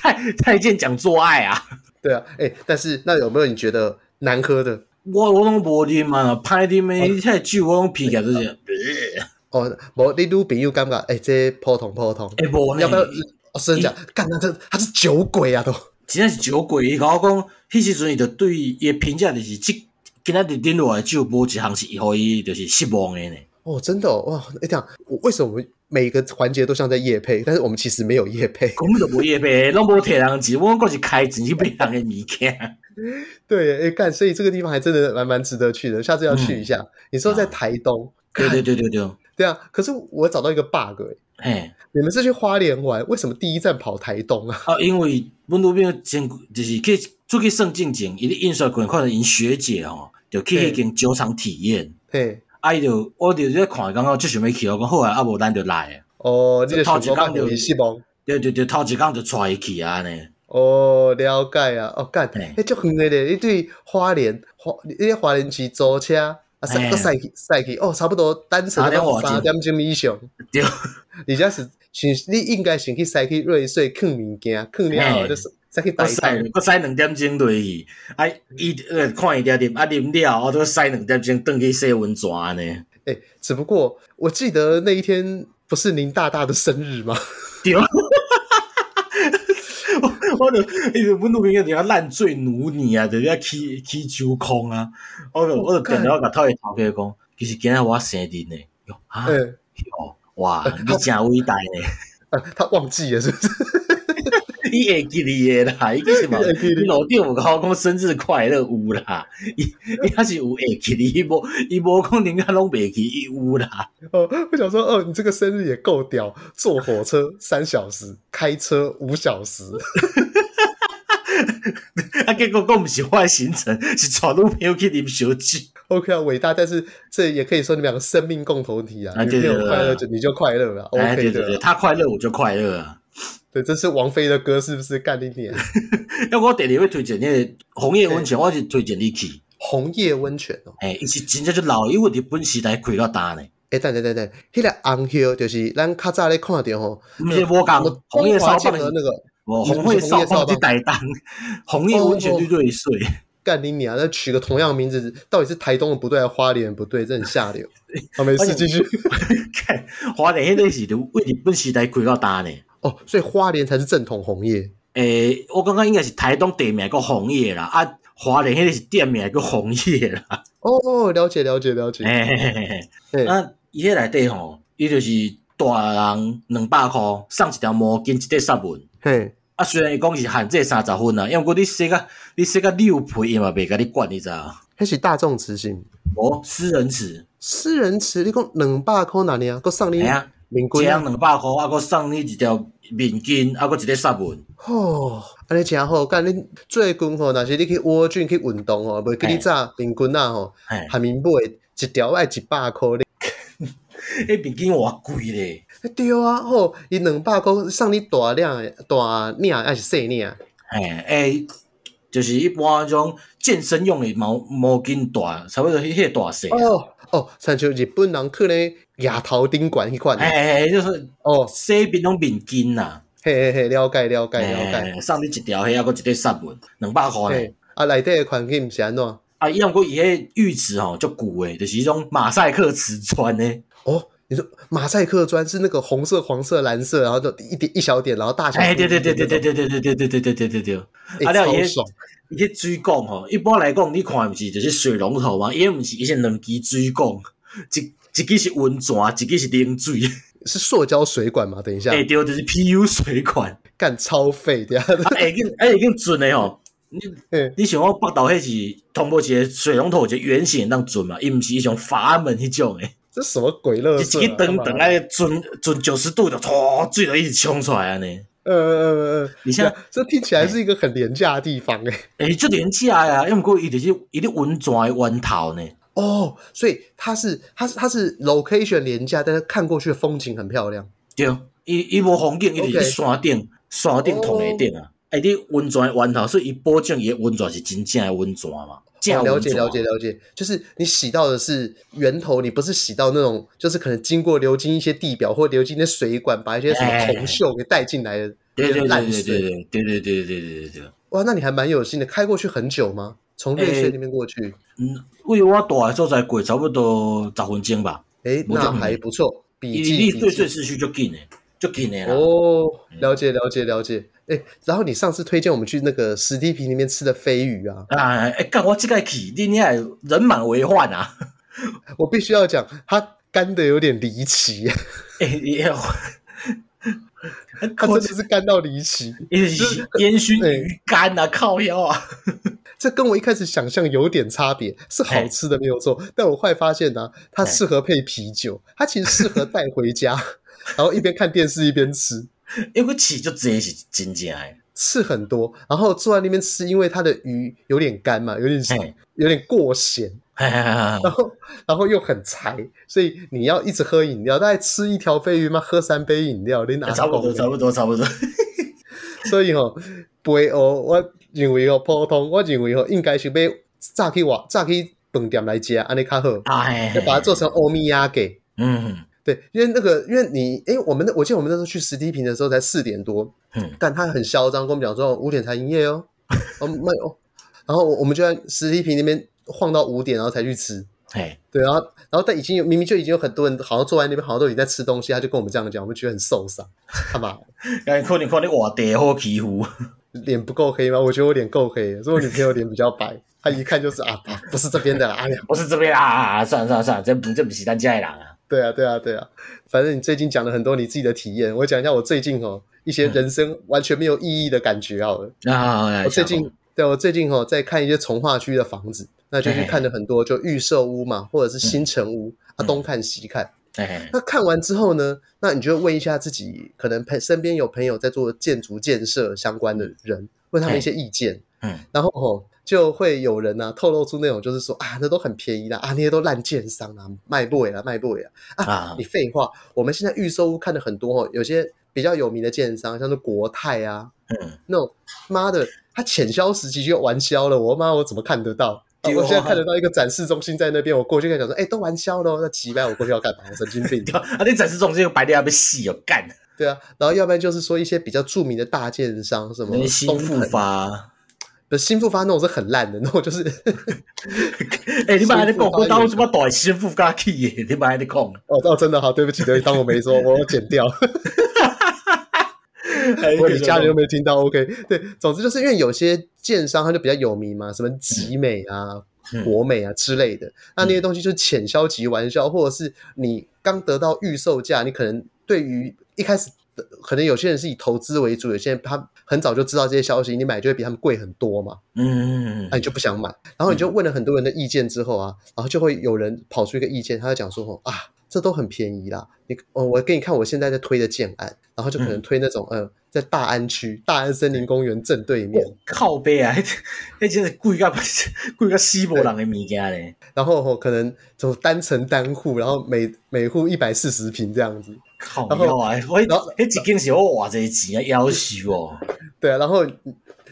S2: 太太监讲做爱啊，
S1: 对啊，哎，但是那有没有你觉得难喝的？
S2: 我我拢无啉啊，歹啉诶，迄个酒我拢鼻起来就是，呃
S1: 哦，无你女朋友感觉哎，这普通普通，
S2: 诶哎无呢
S1: 要不要？哦，真的假
S2: 哎
S1: 的？干，那这他是酒鬼啊都。
S2: 真正是酒鬼，伊甲我讲，迄时阵伊就对伊诶评价就是，即今仔日啉落来的酒无一项是互伊就是失望诶呢。
S1: 哦，真的哦，哇！哎，这样，我为什么每个环节都像在夜配？但是我们其实没有夜配。
S2: 根本就无业呗，拢无摕人钱，我讲是开钱去买人诶物件。
S1: 对耶，哎干，所以这个地方还真的蛮蛮值得去的，下次要
S2: 嗯
S1: 去一下。你说在台东，
S2: 对对
S1: 干
S2: 对对对，
S1: 对啊，可是我找到一个 bug，哎
S2: 嘿，
S1: 你们是去花莲玩，为什么第一站跑台东啊？
S2: 啊，因为阮女朋友前就是去出去算进前，伊咧印刷馆看到因学姐吼，就去
S1: 对
S2: 迄间酒厂体验。
S1: 嘿，
S2: 啊，伊就我就咧看，感觉就想要去，我讲好啊，啊无咱就来。
S1: 哦，你的
S2: 头
S1: 小
S2: 一
S1: 说
S2: 天
S1: 放
S2: 就
S1: 给西蒙。
S2: 对对对，头一工就带伊去啊呢。
S1: 哦，了解啊！哦，干，
S2: 嘿
S1: 哎，就很的嘞，你对花莲花，你对花莲去租车啊，
S2: 嘿
S1: 塞个塞去塞去，哦，差不多单程
S2: 哎三点
S1: 要
S2: 外
S1: 三点钟以上。
S2: 对，
S1: 而且是先，你应该先去塞去瑞穗藏物件，藏了后
S2: 嘿
S1: 就是塞去
S2: 搁
S1: 台
S2: 塞
S1: 东。
S2: 搁塞两点钟落去，啊，伊呃看伊了啉，啊啉了，我都塞两点钟转去洗温泉呢。
S1: 哎，只不过我记得那一天不是林大大的生日吗？
S2: 对，我我就伊就阮女朋友就要烂醉如泥啊，就要起起酒空啊。我就我就电话甲头个头家讲，其实今仔我生日呢。哟啊，
S1: 嗯，
S2: 哟哇，你真伟大呢！
S1: 啊他忘记了是不是？
S2: 你会记你的啦，伊其 实嘛，
S1: 会记
S2: 你
S1: 得
S2: 路顶有甲我讲生日快乐有啦，伊伊还是有会记你，伊无伊无讲人家拢袂记，伊有啦。
S1: 哦，我想说，哦，你这个生日也够屌，坐火车三小时，开车五小时。
S2: 啊，结果讲毋是我的行程， 是带女朋友去啉烧酒。
S1: OK 啊，伟大，但是这也可以说你们两个生命共同体啊，
S2: 啊
S1: 你
S2: 对
S1: 没有
S2: 对对
S1: 快乐
S2: 对
S1: 就你就快乐了
S2: 哎，对
S1: ，OK
S2: 对对，
S1: 的啊，
S2: 他快乐我就快乐啊。
S1: 对，这是王菲的歌是不是？干你 脸！
S2: 要我第二位推荐迄个红叶温泉，我是推荐你去。
S1: 红叶温泉哦，
S2: 哎，伊是真正就老，因为日本时代开到大呢，
S1: 哎，等等等等，迄个红叶就是咱较早咧看到吼，
S2: 毋是无
S1: 我
S2: 共红叶
S1: 中华剑
S2: 烧棒
S1: 的
S2: 是，
S1: 那个
S2: 哦，红叶烧棒是台东，红叶哦温泉就瑞穗，
S1: 干你娘，那取个同样名字，到底是台东的不对，还是花莲的不对？这很下 流。好，没
S2: 而且
S1: 事，继续。
S2: 看花莲迄个是就为日本时代开到大呢。
S1: 哦，所以花莲才是正统红叶。
S2: 诶，我感觉应该是台东地名个红叶啦，啊，花莲迄个是店名个红叶啦。
S1: 哦，了解了解了解。
S2: 嘿嘿嘿
S1: 对
S2: 嘿，啊，伊迄内底吼，伊就是大人两百箍送一条毛巾，一块纱文。
S1: 嘿，
S2: 啊，虽然伊讲是限制三十分啊，因为过你说甲你说甲六倍伊嘛袂甲你管，你知影？
S1: 那是大众执行。
S2: 无私人池，
S1: 私人池，你讲两百块哪里啊？搁送
S2: 哎
S1: 你
S2: 呀，
S1: 名
S2: 一
S1: 贵
S2: 人两百箍，啊，佫送你一条面巾，啊，佫一个纱文。
S1: 哦，安尼真好，干恁最近吼，若是你去沃郡去运动吼，袂记你早平均啊吼，
S2: 嘿，
S1: 下面买一条爱一百箍咧。
S2: 迄面巾偌贵咧，
S1: 哎对啊，吼、伊两百箍送你大量的大领的还是细领的？
S2: 嘿，诶、就是一般迄种健身用的毛毛巾大，差不多迄迄大细。
S1: 哦哦，亲像日本人去咧牙头顶管迄款的。
S2: 哎、嘿，就是
S1: 哦，
S2: 洗面拢面巾啦，
S1: 嘿嘿嘿，了解了
S2: 哎
S1: 解了解。
S2: 嘿送你一条迄啊，佫一个纱文，两百箍咧。
S1: 嘿，啊，内底的环境是安怎样？
S2: 啊，伊毋过伊迄浴池吼，足旧诶，就是迄种马赛克瓷砖诶。
S1: 哦，你说马赛克砖是那个红色、黄色、蓝色，然后就一点一小点，然后大小
S2: 哎，
S1: 不
S2: 对
S1: 一
S2: 对
S1: 的那
S2: 对
S1: 种。
S2: 对对对对对对对对对对对对。
S1: 哎
S2: 啊了
S1: 超
S2: 也
S1: 爽。
S2: 伊迄水管吼，一般来讲，你看毋是就是水龙头嘛，伊毋是伊是两支水管，一一个是温泉，一个是冷水，
S1: 是塑胶水管吗？等一下
S2: 哎、，对，就是 PU 水管，
S1: 干超废的呀！
S2: 啊，哎，经哎，已经准的吼。 你
S1: 嘿
S2: 你想讲北岛迄是通过一个水龙头，一个圆形当准嘛？伊毋是一种阀门迄种诶，
S1: 这什么鬼乐
S2: 伊
S1: 色、啊？
S2: 一个长长
S1: 干嘛
S2: 哎，准准九十度的，唰，水就一直冲出来安尼。
S1: 呃呃呃，呃
S2: 你像
S1: 对啊这听起来是一个很廉价的地方哎、
S2: 诶，这廉价呀，要毋过伊就是伊咧温泉的源头呢。
S1: 哦，所以它是它是它是 location 廉价，但是看过去的风景很漂亮。
S2: 对，伊伊无风景，伊
S1: OK
S2: 就是
S1: 哦
S2: 山顶，山顶同下顶啊。哎，你温泉的源头，所以伊保证伊的温泉是真正的温泉嘛？正
S1: 哦、
S2: 的
S1: 了
S2: 温
S1: 解
S2: 泉
S1: 了解。了解，就是你洗到的是源头，你不是洗到那种，就是可能经过流经一些地表或流经一些水管，把一些什么
S2: 哎
S1: 铜锈给带进来的。
S2: 对对对
S1: 烂
S2: 对对
S1: 水
S2: 对对对对对对对。
S1: 哇，那你还蛮有心的，开过去很久吗？从瑞穗那边过去，
S2: 嗯，为我住诶所在过差不多十分钟吧。
S1: 哎、
S2: 我
S1: 那
S2: 就
S1: 还不错。笔
S2: 伊
S1: 记
S2: 离
S1: 笔
S2: 对
S1: 记
S2: 对市区就近诶，就近诶啦。
S1: 哦，了解了解了解。哎、然后你上次推荐我们去那个史蒂皮那边吃的飞鱼啊，
S2: 啊，哎、干我这个去，你你还人满为患啊！
S1: 我必须要讲，它干的有点离奇，
S2: 哎、你哎
S1: 它
S2: 我
S1: 真的是干到离奇。
S2: 伊是烟熏
S1: 对
S2: 鱼干啊，靠腰啊！
S1: 这跟我一开始想象有点差别，是
S2: 哎
S1: 好吃的没有错，但我后来发现呢、它
S2: 嘿
S1: 适合配啤酒，它其实适合带回家， 然后一边看电视一边吃，
S2: 因为起就真是真正诶，
S1: 吃很多，然后坐在那边吃，因为它的鱼有点干嘛，有点
S2: 嘿
S1: 有点过咸，
S2: 嘿嘿嘿嘿
S1: 然后然后又很柴，所以你要一直喝饮料，大概吃一条飞鱼嘛，喝三杯饮料，你哪
S2: 哎差不多，差不多，差不多。
S1: 所以吼、背学我认为吼、普通，我认为吼、哦应该是要早去外早去饭店来吃，安尼较好，
S2: 啊，嘿
S1: 要
S2: 嘿
S1: 把它做成欧米亚给。
S2: 嗯，
S1: 对，因为那个，因为你，诶，我们那我记得我们那时候去实体坪的时候才四点多，
S2: 嗯
S1: 但他很嚣张，跟我们讲说五点才营业哦，哦没有，然后我我们就在实体坪那边晃到五点，然后才去吃，
S2: 嘿，
S1: 对，然后然后但已经有明明就已经有很多人好像坐在那边，好像都已经在吃东西，他就跟我们这样讲，我们觉得很受伤，干嘛？
S2: 哎，可能可能我地好皮肤，
S1: 脸不够黑吗？我觉得我脸够黑，所以我女朋友脸比较白，她一看就是啊，啊不是这边的啦。哎呀，
S2: 不是这边啊啊，啊算了算了算了，这不这不是咱家的人啊。
S1: 对啊，对啊，对啊。反正你最近讲了很多你自己的体验，我讲一下我最近哦一些人生完全没有意义的感觉好了。
S2: 啊，来
S1: 我最
S2: 下
S1: 近对我最近哦在看一些从化区的房子，那就去看了很多，就预售屋嘛，或者是新城屋啊，
S2: 嗯
S1: 东看西看。
S2: 吧，嘿嘿
S1: 那看完之后呢，那你就会问一下自己，可能朋身边有朋友在做建筑建设相关的人，问他们一些意见，
S2: 嗯，
S1: 然后哦就会有人呢、啊、透露出那种就是说啊，那都很便宜啦，啊，那些都烂建商啊，卖不尾啦，卖不尾啦。
S2: 啊
S1: 你，废话，我们现在预售屋看的很多哦，有些比较有名的建商，像是国泰啊，
S2: 嗯，
S1: 那种妈的，他潜销时期就完销了，我妈我怎么看得到？啊
S2: 对
S1: 我
S2: 哦
S1: 现在看得到一个展示中心在那边，我过去跟他讲说，哎、都完销了哦，那几百我过去要干嘛？我神经病。
S2: 啊，你展示中心白天还被戏哦，干，
S1: 对啊，然后要不然就是说一些比较著名的大建商，什么
S2: 那新
S1: 东
S2: 复
S1: 腾，
S2: 发。
S1: 不是新复发那种是很烂的，那种就是
S2: 哎、你别安尼讲，我当什么大媳妇家去耶？你别安尼讲，
S1: 哦哦，真的好，对不起，对不起，当我没说，我要剪掉。
S2: 哎
S1: 我你家人又没听到，OK？对，总之就是因为有些建商他就比较有名嘛，什么集美啊、
S2: 嗯
S1: 国美啊之类的，那那些东西就是浅销级玩笑，或者是你刚得到预售价，你可能对于一开始的可能有些人是以投资为主，有些人他很早就知道这些消息，你买就会比他们贵很多嘛。
S2: 嗯，
S1: 啊，你就不想买，然后你就问了很多人的意见之后啊，然后就会有人跑出一个意见，他就讲说哦啊，这都很便宜啦，你哦，我给你看我现在在推的建案，然后就可能推那种呃，在大安区大安森林公园正对面，
S2: 我靠背啊， 迄迄真是贵到贵到死无人的物件咧。
S1: 然后哦可能从单层单户，然后每每户一百四十平这样子，
S2: 靠
S1: 然后
S2: 腰啊！我迄
S1: 然后
S2: 迄一间是我偌济钱啊，夭寿哦！
S1: 对啊，然后你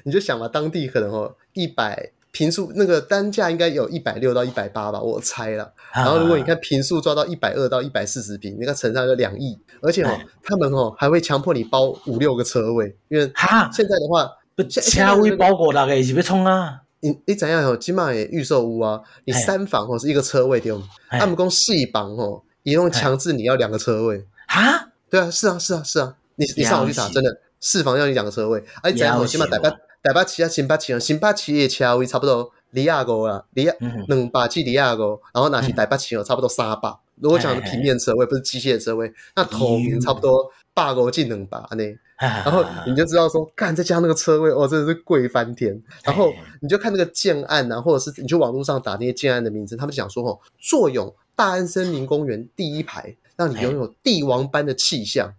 S1: 你就想嘛，当地可能哦一百。平数那个单价应该有一百六到一百八吧，我猜啦。 然后如
S2: 啊
S1: 果你看平数抓到一百二到一百四十平，那个乘上就两亿，而且哦
S2: 哎，
S1: 他们哦还会强迫你包五六个车位，因为
S2: 哈，
S1: 现在的话，
S2: 不车位包五六个是要创啊？
S1: 你你怎样哦，起码也预售屋啊，你
S2: 哎
S1: 三房哦是一个车位对吗？
S2: 哎
S1: 他们公四房哦，一弄强制你要两个车位，
S2: 哈，
S1: 对啊，是啊是啊是啊，你你上网去查，
S2: 了解
S1: 真的四房要你两个车位，而且怎样
S2: 了
S1: 哦，
S2: 解
S1: 起码台北啊
S2: 哦
S1: 台北七啊新北七啊新北七的车位差不多里亚沟啦，里亚
S2: 嗯哼
S1: 两百至里亚沟，然后拿起台北市哦，差不多三百。如果讲的平面车位不是机械车位，那头名差不多八勾进两百呢。然后
S2: 啊
S1: 你就知道说，干再加那个车位，哦，真的是贵翻天。然后你就看那个建案啊，或者是你去网络上打那些建案的名字，他们讲说哦，坐拥大安森林公园第一排，让你拥有帝王般的气象。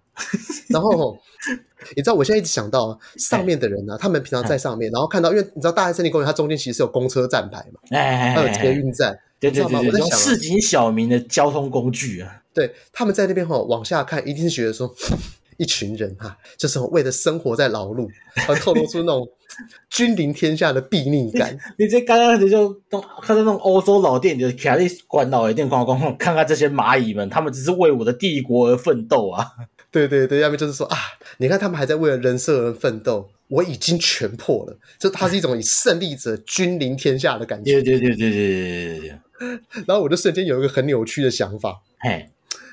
S1: 然后哦，你知道我现在一直想到啊上面的人呢、啊，他们平常在上面，然后看到，因为你知道大安森林公园它中间其实有公车站牌嘛，
S2: 哎哎
S1: 还有
S2: 哎，
S1: 捷运站，
S2: 对
S1: 你知
S2: 对
S1: 道吗
S2: 对
S1: 我在
S2: 对，用
S1: 想啊
S2: 市井小民的交通工具啊，
S1: 对，他们在那边吼、往下看，一定是觉得说一群人哈、就是为了生活在劳碌，而透露出那种君临天下的睥睨感。
S2: 你这刚刚你就弄看到那种欧洲老店，你就卡在关到一店光光看看这些蚂蚁们，他们只是为我的帝国而奋斗啊！
S1: 对对对，要么就是说啊，你看他们还在为了人设而奋斗，我已经全破了，就它是一种以胜利者君临天下的感 觉。
S2: 对对对对对对对对对，
S1: 然后我就瞬间有一个很扭曲的想法，
S2: 嘿，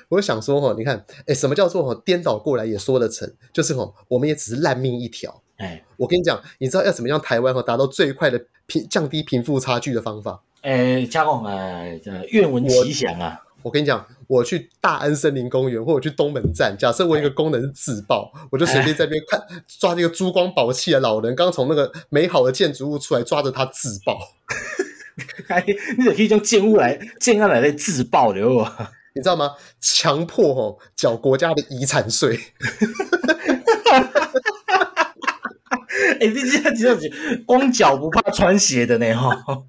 S1: 我就想说哈、你看，哎，什么叫做哈、颠倒过来也说得成？就是哈、我们也只是烂命一条。
S2: 哎
S1: 我跟你讲，你知道要怎么样台湾哈、达到最快的贫降低贫富差距的方法？
S2: 哎，加工哎，呃愿闻其详啊！
S1: 我跟你讲，我去大安森林公园，或者去东门站，假设我有一个功能是自爆，我就随便在那边看，抓这个珠光宝气的老人，刚从那个美好的建筑物出来，抓着他自爆，
S2: 哎， 你就可以用建物来建案来来自爆的哦。
S1: 你知道吗？强迫哦缴国家的遗产税，
S2: 哎，你这样子这样子，光脚不怕穿鞋的呢哈、哦。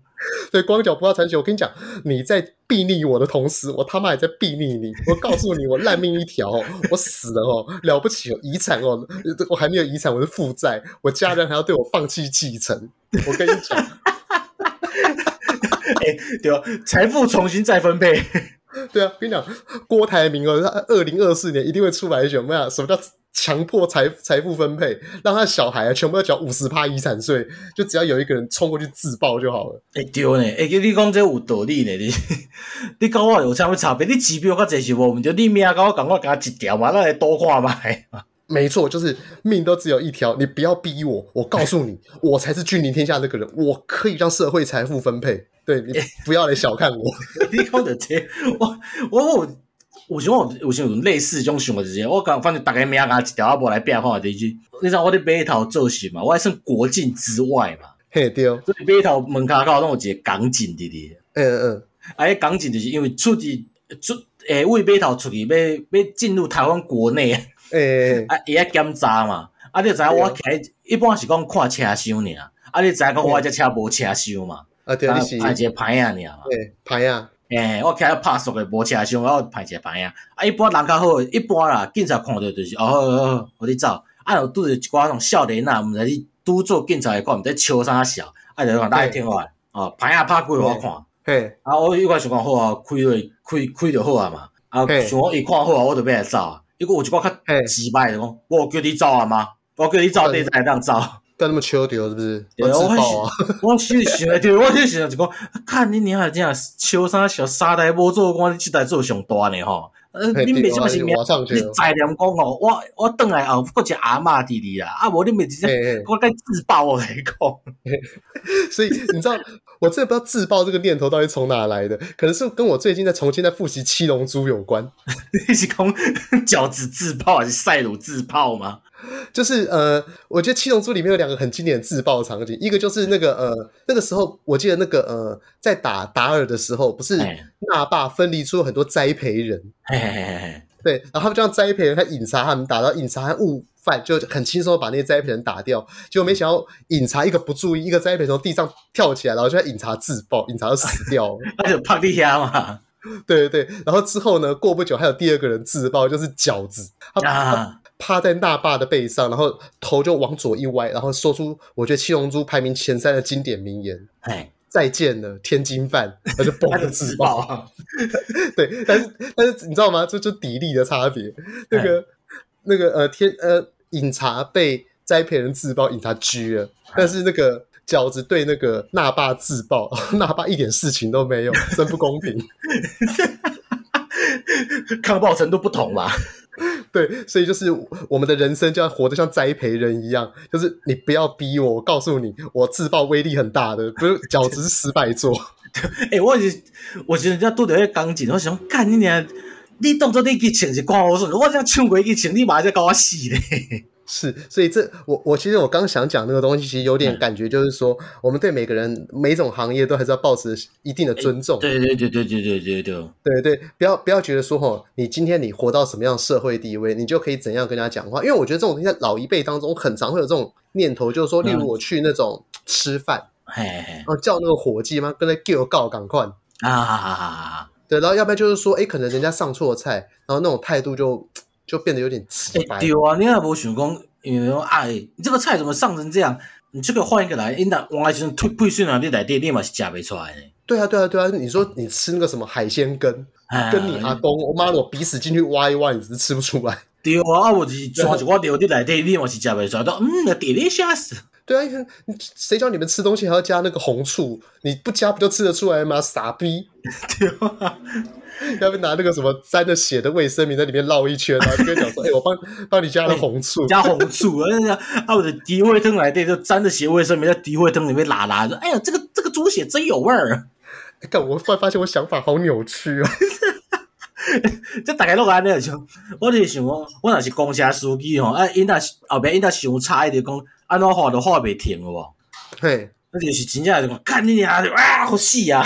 S1: 对，光脚不要残血。我跟你讲，你在避睨我的同时，我他妈也在避睨你。我告诉你，我烂命一条、哦，我死了哦，了不起哦，遗产哦，我还没有遗产，我是负债，我家人还要对我放弃继承。我跟你讲。
S2: 对吧？财富重新再分 配，
S1: 对啊，跟你讲，郭台铭哦，他二零二四年一定会出来选，我们讲什么叫强迫财财富分配，让他的小孩啊全部要缴五十趴遗产税，就只要有一个人冲过去自爆就好了。
S2: 哎对呢，哎你讲这有道理呢，你你跟我有啥物差别？你指标较济是无，毋对，你命甲我赶快甲一条嘛，咱来多看卖。
S1: 没错，就是命都只有一条，你不要逼我，我告诉 你，我才是君临天下那个人，我可以让社会财富分配。对你不要来小看 我，
S2: 你讲着这，我我有有时候有有时候有类似这种想法，就是我讲反正大家命甲一条啊，无来拼看下第一。你知道我伫码头做事嘛，我还算国境之外嘛，
S1: 嘿丢，
S2: 所以码头门口口拢有一个港警伫伫。
S1: 嗯嗯，
S2: 啊，迄港警就是因为出去出诶，为码头出去要要进入台湾国内。
S1: 哎、欸，
S2: 啊，伊爱检查嘛，啊，你就知影我开一般是讲看车厢尔，啊，你知影讲我这车无车厢嘛，
S1: 啊对，
S2: 啊，
S1: 你
S2: 排
S1: 是
S2: 一个牌仔尔嘛，
S1: 对牌啊，
S2: 诶、我开拍速诶无车厢，我排一个牌仔，啊，一般人较好，一般啦，警察看着就是哦，好好好，互你走，啊，有拄着一寡那种少年啊，毋知你拄做警察诶看，毋知笑啥笑，啊，就讲来听话，哦，牌仔拍过互我看，
S1: 嘿，
S2: 啊，我一块想讲好啊，开落开开就好啊嘛，啊，
S1: 嘿
S2: 想讲伊看好啊，我就要来走啊，伊个有一寡较。
S1: 嘿，
S2: 击败的讲，我叫你走啊妈，我叫你走，你才会当走。
S1: 不要那么秋丢是不是？
S2: 对
S1: 我自
S2: 我
S1: 爆啊！
S2: 我是想的对，我是想的就讲，看你娘这样笑啥笑，三代无做官，你这代做上大呢吼。呃，
S1: 嘿
S2: 你
S1: 对
S2: 袂
S1: 我
S2: 像是命
S1: 我上去
S2: 你
S1: 了，
S2: 再念讲哦，我我转来后，搁一个阿嬷弟弟啦，啊无你咪直
S1: 嘿
S2: 接
S1: 嘿。
S2: 我该自爆我来讲，
S1: 所以你知道，我真的不知道自爆这个念头到底从哪来的，可能是跟我最近在重新在复习《七龙珠》有关。
S2: 你是讲饺子自爆还是赛鲁自爆吗？
S1: 就是呃，我觉得《七龙珠》里面有两个很经典的自爆场景，一个就是那个呃，那个时候我记得那个呃，在打达尔的时候，不是
S2: 哎
S1: 那霸分离出很多栽培人，
S2: 嘿嘿嘿嘿，
S1: 对，然后他们就让栽培人他饮茶他们打到饮茶和悟饭，就很轻松的把那些栽培人打掉。结果没想到饮茶一个不注意，一个栽培从地上跳起来，然后就在饮茶自爆，饮茶就死掉了。
S2: 那就拍你遐嘛
S1: 对对对，然后之后呢，过不久还有第二个人自爆，就是饺子，他他
S2: 啊！
S1: 趴在那霸的背上，然后头就往左一歪，然后说出我觉得《七龙珠》排名前三的经典名言
S2: 嘿，
S1: “再见了，天津饭”，他就
S2: 那
S1: 嘣
S2: 就
S1: 就
S2: 自
S1: 自
S2: 爆
S1: 爆。
S2: 啊！
S1: 对，但是但是你知道吗？这就底力的差别，那
S2: 哎
S1: 个那个呃天呃饮茶被栽培人自爆，饮茶狙了，
S2: 哎
S1: 但是那个。饺子对那个那霸自爆， 那霸一点事情都没有，真不公平。
S2: 抗爆程度不同嘛。
S1: 对，所以就是我们的人生就要活得像栽培人一样，就是你不要逼我，我告诉你，我自爆威力很大的，不是饺子是失败做。
S2: 哎、我是我是人家拄着迄钢琴，我想说干你娘，你当做你去穿是看我说，我这样唱过去穿，你马上就搞我死咧。
S1: 是，所以这我我其实我刚想讲那个东西，其实有点感觉，就是说、我们对每个人每种行业都还是要保持一定的尊重。
S2: 对对对对对对对哎
S1: 对
S2: 对，
S1: 对，不要不要觉得说吼，你今天你活到什么样的社会地位，你就可以怎样跟人家讲话。因为我觉得这种东西在老一辈当中，很常会有这种念头，就是说，例如我去那种吃饭，
S2: 嘿嘿
S1: 然后叫那个伙计嘛，跟他给我告赶快，
S2: 啊哈哈哈！
S1: 对，然后要不然就是说，哎，可能人家上错菜，然后那种态度就就变得有点奇
S2: 哎、
S1: 怪。
S2: 对啊，你也无想讲，因为说哎，你这个菜怎么上成这样？你这个换一个来，因那往来就是退退税啊，你来店你嘛是吃不出来的。
S1: 对啊，对啊，对啊，你说你吃那个什么海鲜羹，
S2: 哎
S1: 啊跟你阿公，我妈的，我鼻屎进去挖一挖，你是吃不出来。
S2: 对啊，啊，我就是抓一我料你来店，你嘛是吃不出来。都嗯，那地里吓死。
S1: 对啊，因为你谁叫你们吃东西还要加那个红醋？你不加不就吃得出来吗？傻逼！
S2: 对啊，
S1: 要不拿那个什么沾了血的卫生棉在里面绕一圈，然后跟你讲说：“哎、我帮帮你加了红醋。
S2: 加红醋，啊，那啊，我的诋毁汤来店就沾着血味生，没在诋毁汤里面拉拉，说哎呀，这个这个猪血真有味儿。
S1: 哎干，我突然发现我想法好扭曲啊！
S2: 这大概都安尼像，我就是想讲，我若是公车司机吼，啊，因若是后壁因若想差，伊就讲安怎画都画袂停有无？
S1: 嘿，
S2: 那就是真正是讲，干你娘的啊，好死啊！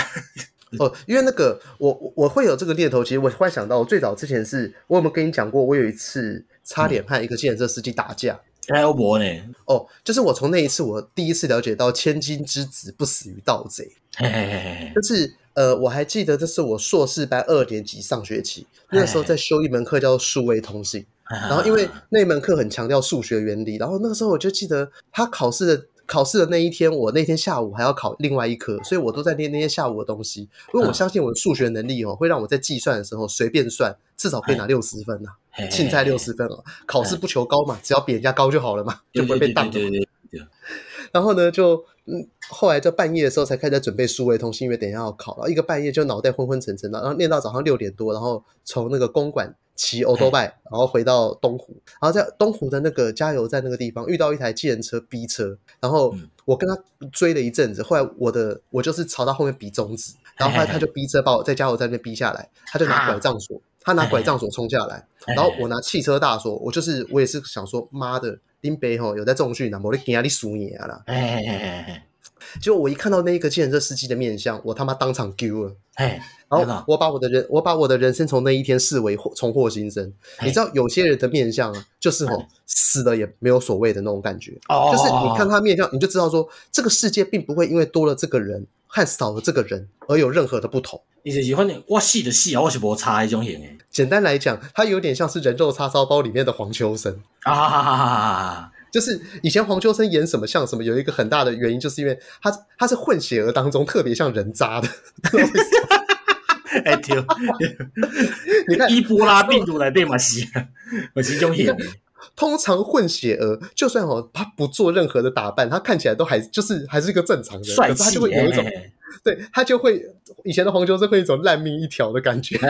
S1: 哦，因为那个我我我会有这个念头，其实我忽然想到，我最早之前是我有没有跟你讲过，我有一次差点和一个计程车司机打架。
S2: 哎，我无呢，
S1: 哦，就是我从那一次，我第一次了解到“千金之子不死于盗贼”。
S2: 嘿嘿嘿嘿，
S1: 就是呃，我还记得这是我硕士班二年级上学期，那时候在修一门课叫数位通信，然
S2: 然
S1: 后因为那门课很强调数学原理，然后那个时候我就记得他考试的。考试的那一天，我那天下午还要考另外一科，所以我都在练那天下午的东西。因为我
S2: 嗯
S1: 相信我的数学能力哦，会让我在计算的时候随便算，至少可以
S2: 哎
S1: 拿六十分呐、啊，现在六，十分哦。考试不求高嘛，只要比人家高就好了嘛，就
S2: 嘿嘿嘿
S1: 不会被当。
S2: 对对对对
S1: 然后呢，就嗯，后来在半夜的时候才开始在准备数位通信，因为等一下要考了，一个半夜就脑袋昏昏沉沉的，然后练到早上六点多，然后从那个公馆骑欧多拜，然后回到东湖，然后在东湖的那个加油站那个地方遇到一台计程车逼车，然后
S2: 嗯
S1: 我跟他追了一阵子，后来我的我就是朝他后面比中指，然后后来他就逼车把我在加油站那边逼下来，他就拿拐杖锁，他拿拐杖锁冲下来，
S2: 对
S1: 然后我拿汽车大锁，我就是我也是想说妈的。林北吼有在重训啊，我你惊你输赢啊啦！
S2: 嘿嘿嘿嘿嘿
S1: 结果我一看到那一个计程车司机的面相，我他妈当场丢了。
S2: 嘿，
S1: 然
S2: 真的
S1: 后
S2: 哦
S1: 我把我的人，我把我的人生从那一天视为祸重获新生。
S2: 嘿哎
S1: 你知道有些人的面相啊就是吼死了也没有所谓的那种感觉，
S2: 哦，
S1: 就是你看他面相，你就知道说这个世界并不会因为多了这个人和少了这个人而有任何的不同。
S2: 伊就是反正我死就死啊，我是无差迄种型的。
S1: 简单来讲，他有点像是人肉叉烧包里面的黄秋生。
S2: 啊哈哈哈哈哈！
S1: 就是以前黄秋生演什么像什么，有一个很大的原因，就是因为他他是混血儿当中特别像人渣的。
S2: 哎对，
S1: 你看，
S2: 伊波拉病毒内底嘛是，嘛是迄种型的。
S1: 通常混血儿，就算哦他不做任何的打扮，他看起来都还就是还是一个正常人，
S2: 帅
S1: 可是他
S2: 气哎
S1: 就会有一种
S2: 嘿嘿嘿
S1: 对他就会以前的黄秋生会有一种烂命一条的感觉。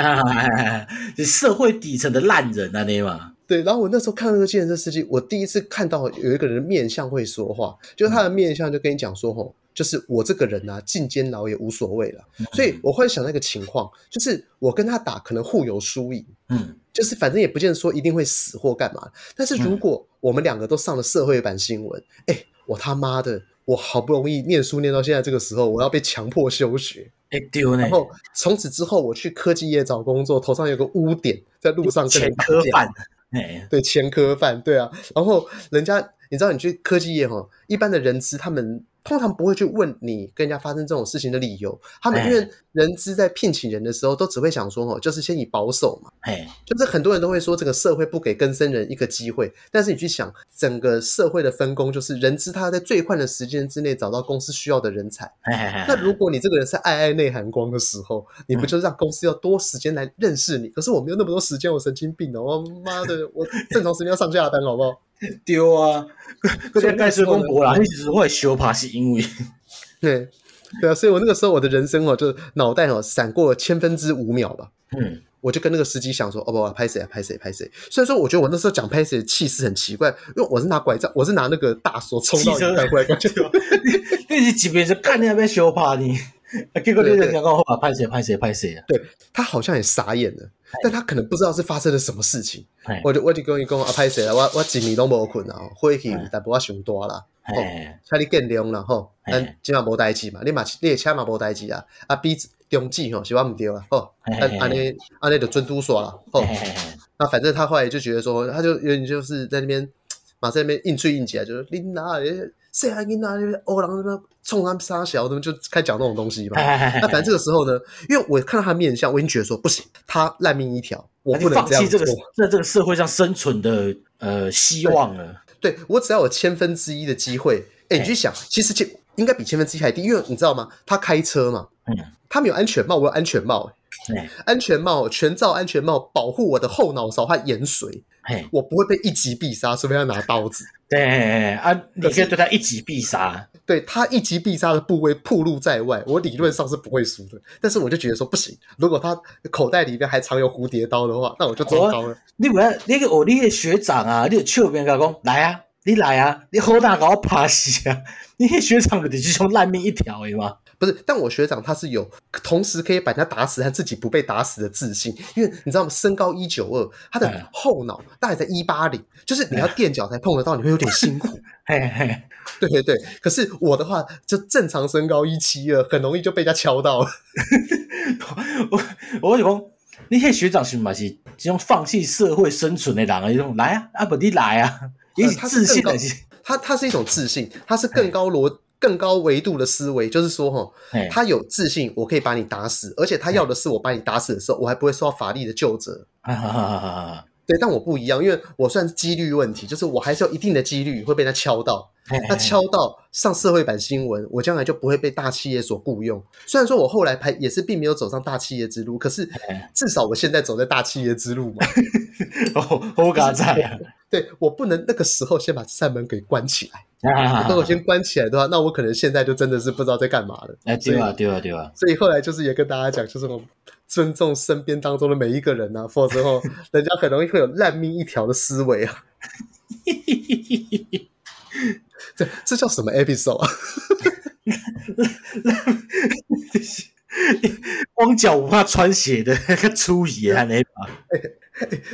S2: 是社会底层的烂人啊，你嘛，
S1: 对，然后我那时候看到那个计程车司机，我第一次看到有一个人面相会说话，就是他的面相就跟你讲说吼。就是我这个人啊，进监牢也无所谓了，所
S2: 嗯
S1: 以我会想到一个情况，就是我跟他打可能互有输赢，
S2: 嗯，
S1: 就是反正也不见得说一定会死或干嘛。但是如果我们两个都上了社会版新闻，哎、我他妈的，我好不容易念书念到现在这个时候，我要被强迫休学，
S2: 哎丢呢
S1: 然，后从此之后我去科技业找工作，头上有个污点，在路上跟
S2: 前
S1: 人打
S2: 科
S1: 架
S2: 犯，哎，
S1: 对前科犯，对啊，然后人家你知道你去科技业哈，一般的人资他们通常不会去问你跟人家发生这种事情的理由，他们
S2: 哎
S1: 因为人资在聘请人的时候都只会想说哦，就是先以保守嘛。
S2: 哎，
S1: 就是很多人都会说这个社会不给更生人一个机会，但是你去想，整个社会的分工就是人资他要在最快的时间之内找到公司需要的人才。
S2: 哎，
S1: 那如果你这个人是爱爱内涵光的时候，你不就让公司要多时间来认识你？可是我没有那么多时间，我神经病哦！我妈的，我正常时间要上下班，好不好？
S2: 丢啊，
S1: 所
S2: 搁
S1: 以
S2: 再解释
S1: 那时候
S2: 讲
S1: 呢
S2: 无啦，迄时我会相拍是因为，
S1: 对，对啊，所以我那个时候我的人生哦，就脑袋哦闪过了千分之五秒吧。
S2: 嗯，
S1: 我就跟那个司机想说，哦不，拍谁啊，拍谁拍谁。虽然说我觉得我那时候讲拍谁的气势很奇怪，因为我是拿拐杖，我是拿那个大锁冲到一半回来感觉，
S2: 你是几遍是看你那边羞怕你，啊结果你
S1: 对对
S2: 人家讲话拍谁拍谁拍谁啊，
S1: 对他好像也傻眼了，但他可能不知道是发生了什么事情
S2: 哎。
S1: 我就我就跟伊讲啊，拍谁啊，我我一年拢无困啊，火气但不我想大啦。哦
S2: 哎，
S1: 请你见谅啦吼，
S2: 嘿
S1: 咱即嘛无代志嘛，你嘛你的车嘛无代志啊，啊比中指吼是我毋对啦吼，
S2: 嘿嘿
S1: 咱
S2: 嘿
S1: 安尼安尼就准拄煞啦吼
S2: 嘿，嘿嘿
S1: 那反正他后来就觉得说，他就有点就是在那边嘛在那边硬吹硬起来，就是你哪里谁啊你哪里欧郎什么冲他们杀小，他们就开始讲那种东西嘛。
S2: 哎哎哎
S1: 那反正这个时候呢，因为我看到他面相，我已经觉得说不行，他烂命一条，我
S2: 那就
S1: 不能
S2: 啊放
S1: 这样
S2: 弃这
S1: 做
S2: 个。在这个社会上生存的呃希望了。
S1: 对我只要有千分之一的机会，哎、你去想，其实千应该比千分之一还低，因为你知道吗？他开车嘛，
S2: 嗯，
S1: 他没有安全帽，我有安全帽、
S2: 哎
S1: 安全帽全罩安全帽保护我的后脑勺和眼髓，
S2: 嘿，
S1: 我不会被一击必杀，除非他拿刀子。
S2: 哎对啊，你
S1: 可是
S2: 可以对他一击必杀。
S1: 对他一击必杀的部位暴露在外，我理论上是不会输的。但是我就觉得说不行，如果他口袋里面还藏有蝴蝶刀的话，那我就糟糕了。
S2: 你不要，你个我哦你的学长啊，你有笑边甲讲来啊，你来啊，你好大搞我拍死啊！ 你那学长不就是种烂命一条的吗？
S1: 不是，但我学长他是有同时可以把人家打死和自己不被打死的自信，因为你知道吗？身高一九二，他
S2: 嗯
S1: 的后脑大概在一八零，就是你要垫脚才碰得到，你会有点辛苦。
S2: 嘿嘿，
S1: 对对对，可是我的话就正常身高一七二，很容易就被人家敲到了。
S2: 我我就讲，你那学长是嘛是这种放弃社会生存的人啊？伊种来啊，啊不你来
S1: 呃
S2: 啊，伊是自信的是，
S1: 他他是一种自信，他是更高逻更高维度的思维，就是说哈，
S2: 嘿
S1: 他有自信，我可以把你打死，而且他要的是我把你打死的时候，我还不会受到法律的救责。
S2: 哈哈哈哈哈
S1: 对，但我不一样，因为我算是几率问题，就是我还是有一定的几率会被他敲到。
S2: 嘿，
S1: 那敲到上社会版新闻，我将来就不会被大企业所雇佣。虽然说我后来还也是并没有走上大企业之路，可是
S2: 哎
S1: 至少我现在走在大企业之路 嘛。
S2: 我我敢在 啊！
S1: 对我不能那个时候先把这扇门给关起来，
S2: 啊
S1: 如果先关起来的话，那我可能现在就真的是不知道在干嘛了。
S2: 哎，对
S1: 所
S2: 啊，
S1: 以
S2: 对啊，对啊，
S1: 所以后来就是也跟大家讲，就是我们尊重身边当中的每一个人啊，否则后人家很容易会有烂命一条的思维啊。 这这叫什么 episode 啊？
S2: 光脚不怕穿鞋的 那个粗野啊，那把，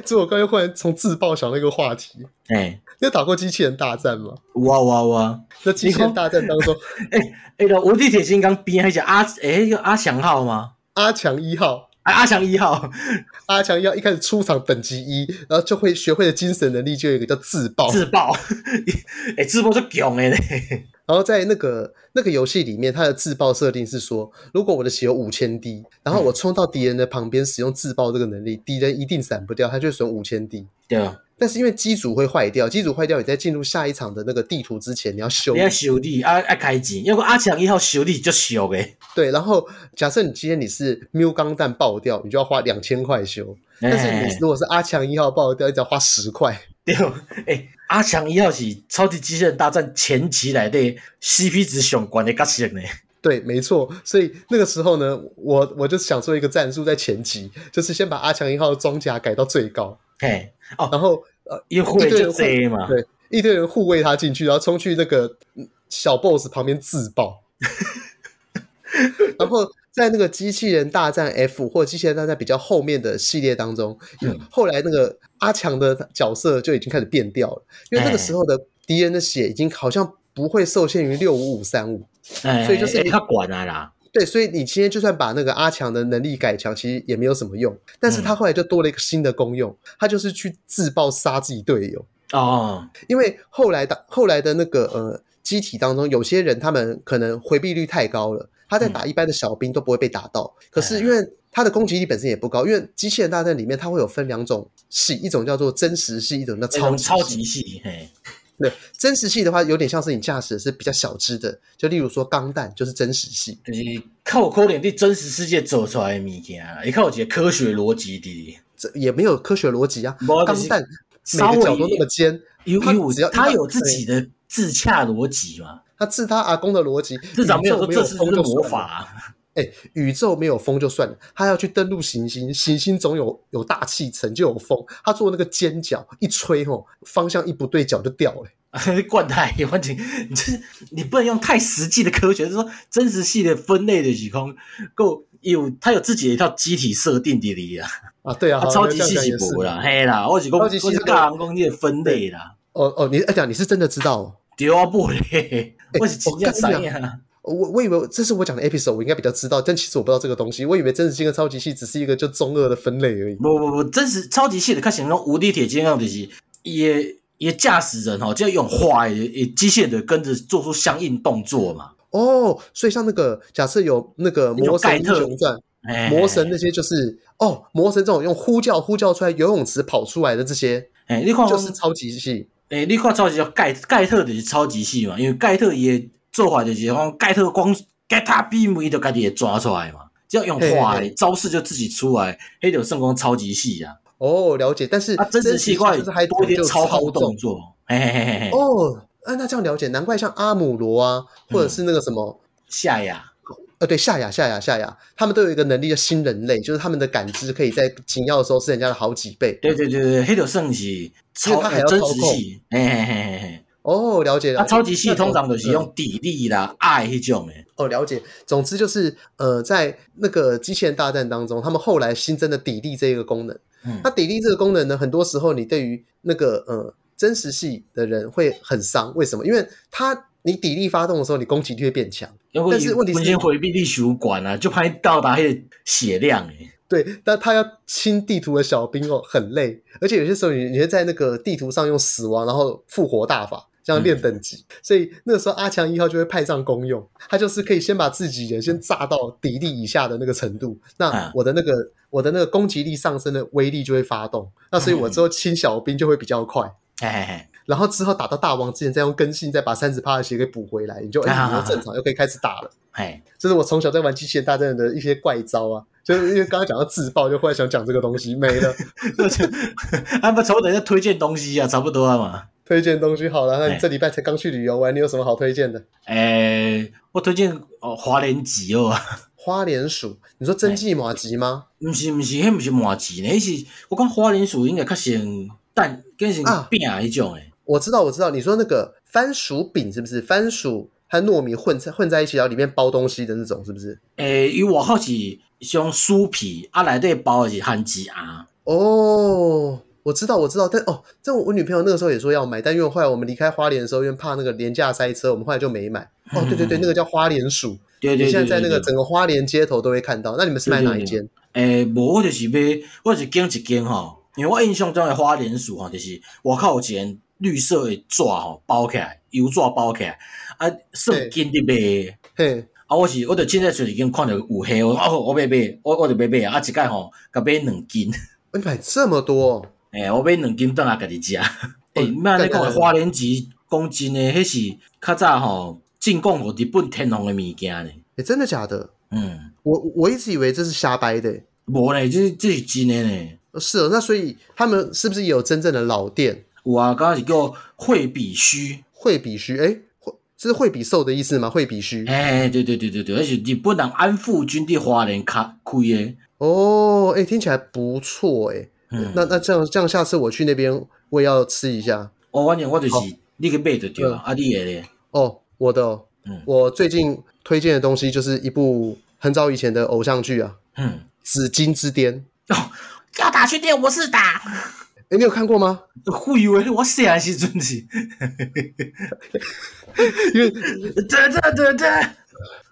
S1: 这我刚才忽然从自爆想到一个话题，
S2: 哎，
S1: 你有打过机器人大战吗？
S2: 哇哇哇！
S1: 那机器人大战当中，
S2: 哎，那无敌铁金刚边还是阿哎，那个阿翔号吗？
S1: 阿强一号，
S2: 啊，阿翔一号，
S1: 阿强一号一开始出场等级一，然后就会学会的精神能力就有一个叫自爆，
S2: 自爆， 哎，自爆就囧哎，
S1: 然后在那个那个游戏里面，它的自爆设定是说，如果我的血有五千滴，然后我冲到敌人的旁边使用自爆这个能力，敌人一定闪不掉，他就损五千滴。
S2: 对啊，
S1: 但是因为机组会坏掉，机组坏掉，你在进入下一场的那个地图之前，你要修
S2: 你
S1: 理。
S2: 要修理，啊要开钱，要个阿翔一号修理就修诶，
S1: 对，然后假设你今天你是缪钢弹爆掉，你就要花两千块修；但是
S2: 哎
S1: 你如果是阿强一号爆掉，你只要花十块。
S2: 对啊，哎，阿翔一号是超级机器人大战前期来的 CP 值上关的角色呢，
S1: 对，没错。所以那个时候呢，我我就想做一个战术，在前期就是先把阿强一号的装甲改到最高，
S2: 嘿，
S1: 然后呃
S2: 一会就这嘛，
S1: 对，一堆人护卫他进去，然后冲去那个嗯小 boss 旁边自爆，然后在那个机器人大战 F 或机器人大战比较后面的系列当中，
S2: 嗯
S1: 后来那个阿强的角色就已经开始变掉了，因为那个时候的敌人的血已经好像不会受限于六五五三五，
S2: 哎，
S1: 所以就是
S2: 哎
S1: 你
S2: 他管啊啦。
S1: 对，所以你今天就算把那个阿强的能力改强，其实也没有什么用。但是他后来就多了一个新的功用，他就是去自爆杀自己队友。
S2: 哦，
S1: 因为后来的后来的那个呃机体当中，有些人他们可能回避率太高了，他
S2: 嗯
S1: 在打一般的小兵都不会被打到。可是因
S2: 哎
S1: 为他的攻击力本身也不高，因为机器人大战里面它会有分两种系，一种叫做真实系，一种叫
S2: 那种
S1: 超级系
S2: 超级系，嘿，
S1: 对，真实系的话有点像是你驾驶的是比较小只的，就例如说钢弹就是真实系。
S2: 就是靠可能你真实世界做出来的物件啦，伊靠有一个科学逻辑的，
S1: 这也没有科学逻辑啊
S2: 没有，就
S1: 钢
S2: 是
S1: 弹
S2: 嗯稍
S1: 每个
S2: 微
S1: 角都那么尖，
S2: 有
S1: 他
S2: 有
S1: 只要
S2: 他有自己的自洽逻辑嘛，
S1: 他自他阿公的逻辑，
S2: 至少没有说
S1: 宇宙
S2: 这
S1: 没有风
S2: 是不是
S1: 就
S2: 魔
S1: 算了
S2: 法啊，
S1: 哎，宇宙没有风就算了，他要去登陆行星，行星总有有大气层，就有风。他做那个尖角一吹吼，方向一不对角就掉了。
S2: 啊 灌太有问题，你这你不能用太实际的科学，就是说真实系的分类的时空够有，它有自己的一套机体设定的理啊，
S1: 啊，对啊，
S2: 它
S1: 好
S2: 超级
S1: 这样
S2: 细
S1: 讲
S2: 细
S1: 也是
S2: 博啦，嘿啦，我是讲
S1: 超
S2: 我
S1: 级
S2: 是
S1: 细细
S2: 讲
S1: 部
S2: 人工的分类啦，
S1: 哦哦，你哎讲你是真的知道、哦，
S2: 丢啊不嘞，我是
S1: 欸
S2: 真
S1: 我
S2: 正
S1: 跟
S2: 知啊
S1: 你
S2: 影，
S1: 我我以为这是我讲的 episode，我应该比较知道，但其实我不知道这个东西，我以为真实性跟超级系只是一个就中二的分类而已。
S2: 不不不，真实超级系的，较像那种无敌铁金刚就是也。也驾驶人吼，就要用化的也机械的跟着做出相应动作嘛。
S1: 哦，所以像那个假设有那个《魔神英
S2: 有哎
S1: 雄传》、
S2: 嘿
S1: 嗯魔神那些就是哦，魔神这种用呼叫呼叫出来游泳池跑出来的这些，
S2: 嘿，哎你看
S1: 就是超级系。
S2: 诶、你看超级叫盖盖特就是超级系嘛，因为盖特伊诶做法就是讲盖特光盖他闭目伊就家己会抓出来嘛，只要用画
S1: 嘿
S2: 诶招式就自己出来，迄就算讲超级系啊。
S1: 哦，了解，但是
S2: 啊，真实系
S1: 系
S2: 怪
S1: 就是还
S2: 多一
S1: 讲
S2: 点
S1: 究
S2: 操
S1: 操
S2: 控
S1: 纵
S2: 动哎作，嘿嘿嘿嘿嘿，
S1: 哦。啊，那这样了解，难怪像阿姆罗啊，或者
S2: 嗯
S1: 是那个什么，
S2: 下呀，
S1: 呃，对，夏亚、夏亚、夏亚，他们都有一个能力叫新人类，就是他们的感知可以在紧要的时候是人家的好几倍。
S2: 对对对对，迄就算是
S1: 因
S2: 超
S1: 为他还要
S2: 真
S1: 操
S2: 实
S1: 控
S2: 系，嘿嘿嘿嘿嘿。
S1: 哦，了解了
S2: 啊，
S1: 解
S2: 超级系
S1: 那嗯
S2: 通
S1: 总
S2: 常就是用体力啦、爱迄种诶。
S1: 哦，了解。总之就是，呃，在那个机器人大战当中，他们后来新增了砥砺这个功能。
S2: 嗯
S1: 那砥砺这个功能呢，很多时候你对于那个呃真实系的人会很伤，为什么？因为他你砥砺发动的时候，你攻击力会变强。
S2: 因为
S1: 但是问题是
S2: 文献回避力血管啊，就怕它到达迄个血量诶。
S1: 对，但他要清地图的小兵哦，很累，而且有些时候你你会在那个地图上用死亡，然后复活大法，这样练等级。所以那个时候阿强一号就会派上公用，他就是可以先把自己人先炸到敌力以下的那个程度，那
S2: 啊
S1: 我的那个、我的那个攻击力上升的威力就会发动，那所以我之后清小兵就会比较快。
S2: 嘿嘿嘿。
S1: 然后之后打到大王之前，再用根性再把三十趴的血给补回来，你就哎，你就正常又可以开始打了。
S2: 嘿，
S1: 这是我从小在玩机器人大战的一些怪招啊，就是因为刚刚讲到自爆，就忽然想讲这个东西没了。
S2: 啊，不，从等在推荐东西啊，差不多啊嘛。
S1: 推荐东西好了，那你
S2: 哎
S1: 这礼拜才刚去旅游玩，你有什么好推荐的？
S2: 诶、我推荐哦，华联集哦，
S1: 花莲薯，你说蒸汽马吉吗？
S2: 毋是毋是，迄毋是麻糍呢，迄是我讲花莲薯应该较像蛋，更
S1: 啊
S2: 像饼迄种诶。
S1: 我知道，我知道，你说那个番薯饼是不是？番薯和糯米混在混在一起，然后里面包东西的那种，是不是？
S2: 诶、伊外口是像酥皮，啊内底包的是番薯啊。
S1: 哦，我知道，我知道，但哦，但我我女朋友那个时候也说要买，但因为后来我们离开花莲的时候，因为怕那个廉价塞车，我们后来就没买。哦，对对对，那个叫花莲薯，
S2: 对
S1: 你
S2: 对对
S1: 现在
S2: 对
S1: 在那个
S2: 对
S1: 整个花莲街头都会看到。那你们是买哪一间？
S2: 诶，无、我就是买，我是拣一间吼，因为我印象中的花莲薯吼，就是外口有一件绿色的纸吼包起来，油纸包起来，啊算紧的卖。
S1: 嘿，
S2: 啊，我是我着凊彩就已经看着有黑，我啊我买买，我我着买买啊，啊一摆吼，甲买两斤，
S1: 哦你买这么多哦，
S2: 诶、我买两斤当啊家己食。诶、你安尼讲诶，花莲子讲真诶，迄是较早吼进贡互日本天皇诶物件呢。
S1: 诶，真的假的？
S2: 嗯，
S1: 我我一直以为这是瞎掰的、欸
S2: 无呢，这这是真诶呢。
S1: 呃是哦，那所以他们是不是也有真正的老店
S2: 有啊，刚刚是叫惠比须，
S1: 惠比须？哎、惠这是惠比寿的意思吗？惠比须？
S2: 诶、对对对对对，迄是日本人安富军伫花莲开开诶。
S1: 哦，哎、听起来不错哎、
S2: 嗯，
S1: 那那这样这样，下次我去那边我也要吃一下
S2: 哦我反正我就是
S1: 好
S2: 你去买就对啊，啊你诶咧，
S1: 哦。我的哦、
S2: 嗯
S1: 我最近推荐的东西就是一部很早以前的偶像剧啊，
S2: 嗯，哦
S1: 《紫金之巅》。
S2: 要打去电我是打。
S1: 哎、你有看过吗？
S2: 会喂，我细汉时阵 是，
S1: 因为
S2: 这这这这，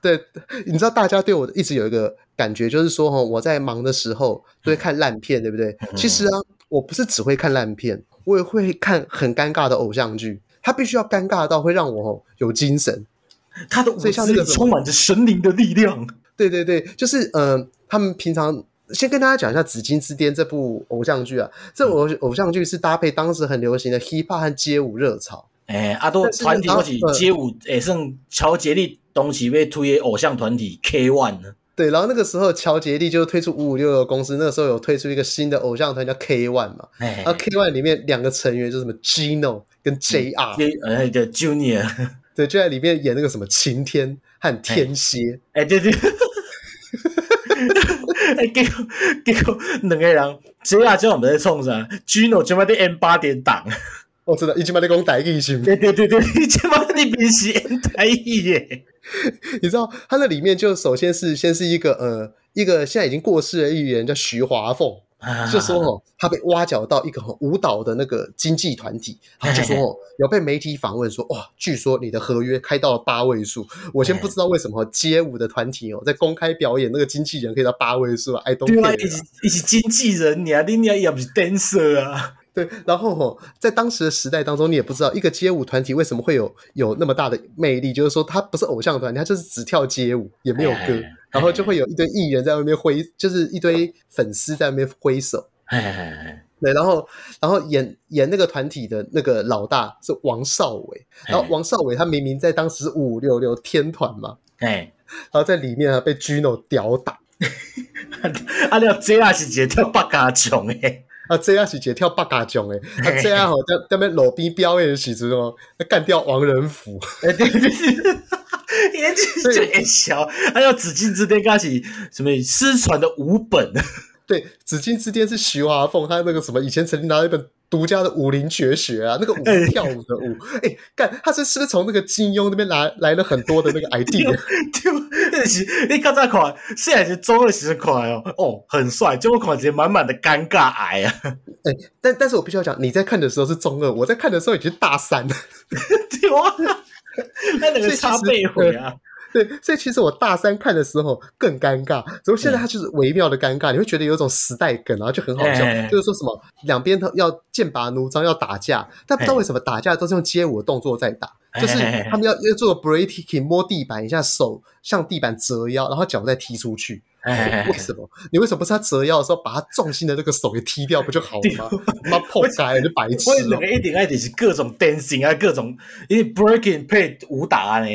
S1: 对，你知道大家对我一直有一个感觉，就是说哈，我在忙的时候都会看烂片，对不对？其实啊，我不是只会看烂片，我也会看很尴尬的偶像剧。它必须要尴尬到会让我吼有精神。
S2: 他的舞
S1: 所以像那
S2: 姿
S1: 个
S2: 里充满着神灵的力量。
S1: 对对对，就是嗯、呃他们平常先跟大家讲一下《紫金之巅》这部偶像剧啊，这偶偶像剧是搭配当时很流行的 hip hop 和街舞热潮。
S2: 诶，啊，都
S1: 但是
S2: 团体
S1: 然后
S2: 我是街舞，诶，算乔杰利当时要推的偶像团体 K One 呢。
S1: 对，然后那个时候乔杰利就推出五五六六公司，那个时候有推出一个新的偶像团叫 K One 嘛，
S2: 诶
S1: 然后 K One 里面两个成员就是什么 Gino 跟 JR，、
S2: J 诶的 Junior，哎
S1: 对，就在里面演那个什么晴天和天蝎。
S2: 诶，对对， 哎，结果结果两个人，这下叫我们在冲啥？Gino 全部在 M 八点档，
S1: 哦，真的，已经把你讲台语是不是？
S2: 对对对对， 你全部你边是 N 台语耶，
S1: 你知道他那里面就首先是先是一个呃一个现在已经过世的艺人叫徐华凤，
S2: 啊
S1: 就说哦，他被挖角到一个很舞蹈的那个经纪团体，他就说哦，有被媒体访问说，哇，据说你的合约开到了八位数，我先不知道为什么街舞的团体哦，在公开表演那个经纪人可以到八位数啊，I don't
S2: 对啊，
S1: care
S2: 一
S1: 啊。
S2: 起一起经纪人，你啊，你啊也不是 dancer 啊，
S1: 对，然后哦，在当时的时代当中，你也不知道一个街舞团体为什么会有有那么大的魅力，就是说它不是偶像团体，它就是只跳街舞，也没有歌
S2: 哎，
S1: 然后就会有一堆艺人在外面挥，就是一堆粉丝在外面挥手。
S2: 哎哎哎
S1: 对，然后然后演演那个团体的那个老大是王少伟，然后王少伟他明明在当时五五六六天团嘛，
S2: 哎，
S1: 然后在里面啊被 Gino 屌打
S2: 啊，你这下是一个跳八嘎穷诶，
S1: 啊，这样是姐跳八嘎囧诶，啊这样好在在那边裸逼表演的时候哦，干掉王仁甫，
S2: 哎对对对。年纪
S1: 所以
S2: 最小，啊还有紫禁之巅，刚是什么失传的五本，
S1: 对，《紫禁之巅》是徐华凤，他那个什么以前曾经拿了一本独家的武林绝学啊，那个舞
S2: 哎
S1: 是跳舞的舞，哎、干他这是不是从那个金庸那边拿来了很多的那个 idea？
S2: 对，那是你刚才看，虽然是中二时看哦，哦，很帅，结果看起来满满的尴尬癌啊！
S1: 哎、但但是我必须要讲，你在看的时候是中二，我在看的时候已经大三了。
S2: 对啊，那两个差背回啊，
S1: 对，所以其实我大三看的时候更尴尬，只不过现
S2: 嗯
S1: 在它就是微妙的尴尬，你会觉得有一种时代梗，然后就很好笑，
S2: 哎
S1: 就是说什么两边都要剑拔弩张要打架，但不知道为什么打架都是用街舞的动作在打，就是
S2: 哎
S1: 他们要要做 breaking 摸地板一下，手向地板折腰，然后脚再踢出去。
S2: 哎
S1: 为什么？你为什么不是他折腰的时候把他重心的那个手给踢掉不就好 了吗？妈破开就白痴
S2: 我两
S1: 了
S2: 个。一定爱就是各种 dancing 啊，各种因为 breaking 配武打啊呢，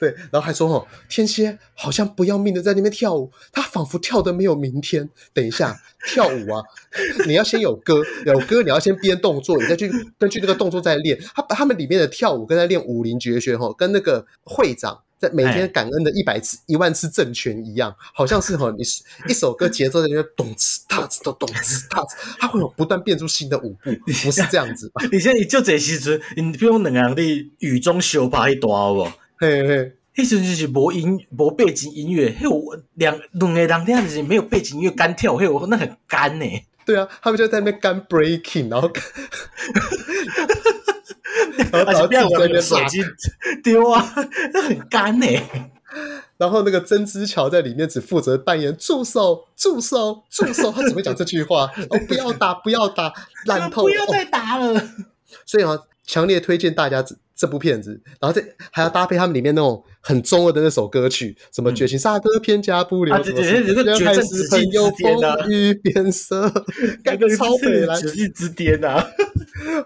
S1: 对，然后还说哦，天蝎好像不要命的在那边跳舞，他仿佛跳的没有明天。等一下，跳舞啊， 你要先有歌，有歌你要先编动作，你再去根据那个动作再练。他把他们里面的跳舞跟在练武林绝学哈、哦，跟那个会长。在每
S2: 哎
S1: 天感恩的一百次、一万次正拳一样，好像是哈、哦，你是一首歌节奏在那边咚哧哒哧咚哧哒哧，它会有不断变出新的舞步，不是这样子吧？
S2: 而且伊就这时阵，你比如两个人伫雨中相拍迄段有无？
S1: 嘿嘿，
S2: 迄时阵就是无音无背景音乐，迄有两两个人遐就是没有背景音乐干跳，迄有那很干呢、
S1: 对啊，他们就在那边干 breaking，然后 干然后
S2: 而
S1: 然
S2: 且
S1: 后
S2: 变
S1: 自己在那
S2: 我
S1: 边
S2: 的手
S1: 拉
S2: 机丢啊，那很干呢、
S1: 然后那个曾之乔在里面只负责扮演助手、助手、助手，他只会讲这句话， 哦，不要打，不要打，烂透
S2: 不要
S1: 哦。
S2: 再打了。
S1: 所以啊，强烈推荐大家这这部片子，然后再还要搭配他们里面那种很中二的那首歌曲，什么“
S2: 嗯
S1: 绝情煞歌偏家不留
S2: 啊”，
S1: 什
S2: 对
S1: 么
S2: 对对
S1: 什么
S2: 这个
S1: 人
S2: 绝
S1: 海
S2: 症
S1: 是
S2: 直
S1: 朋
S2: 径
S1: 友
S2: 之巅啊
S1: 风雨变色， 干超北蓝，
S2: 绝技之巅啊！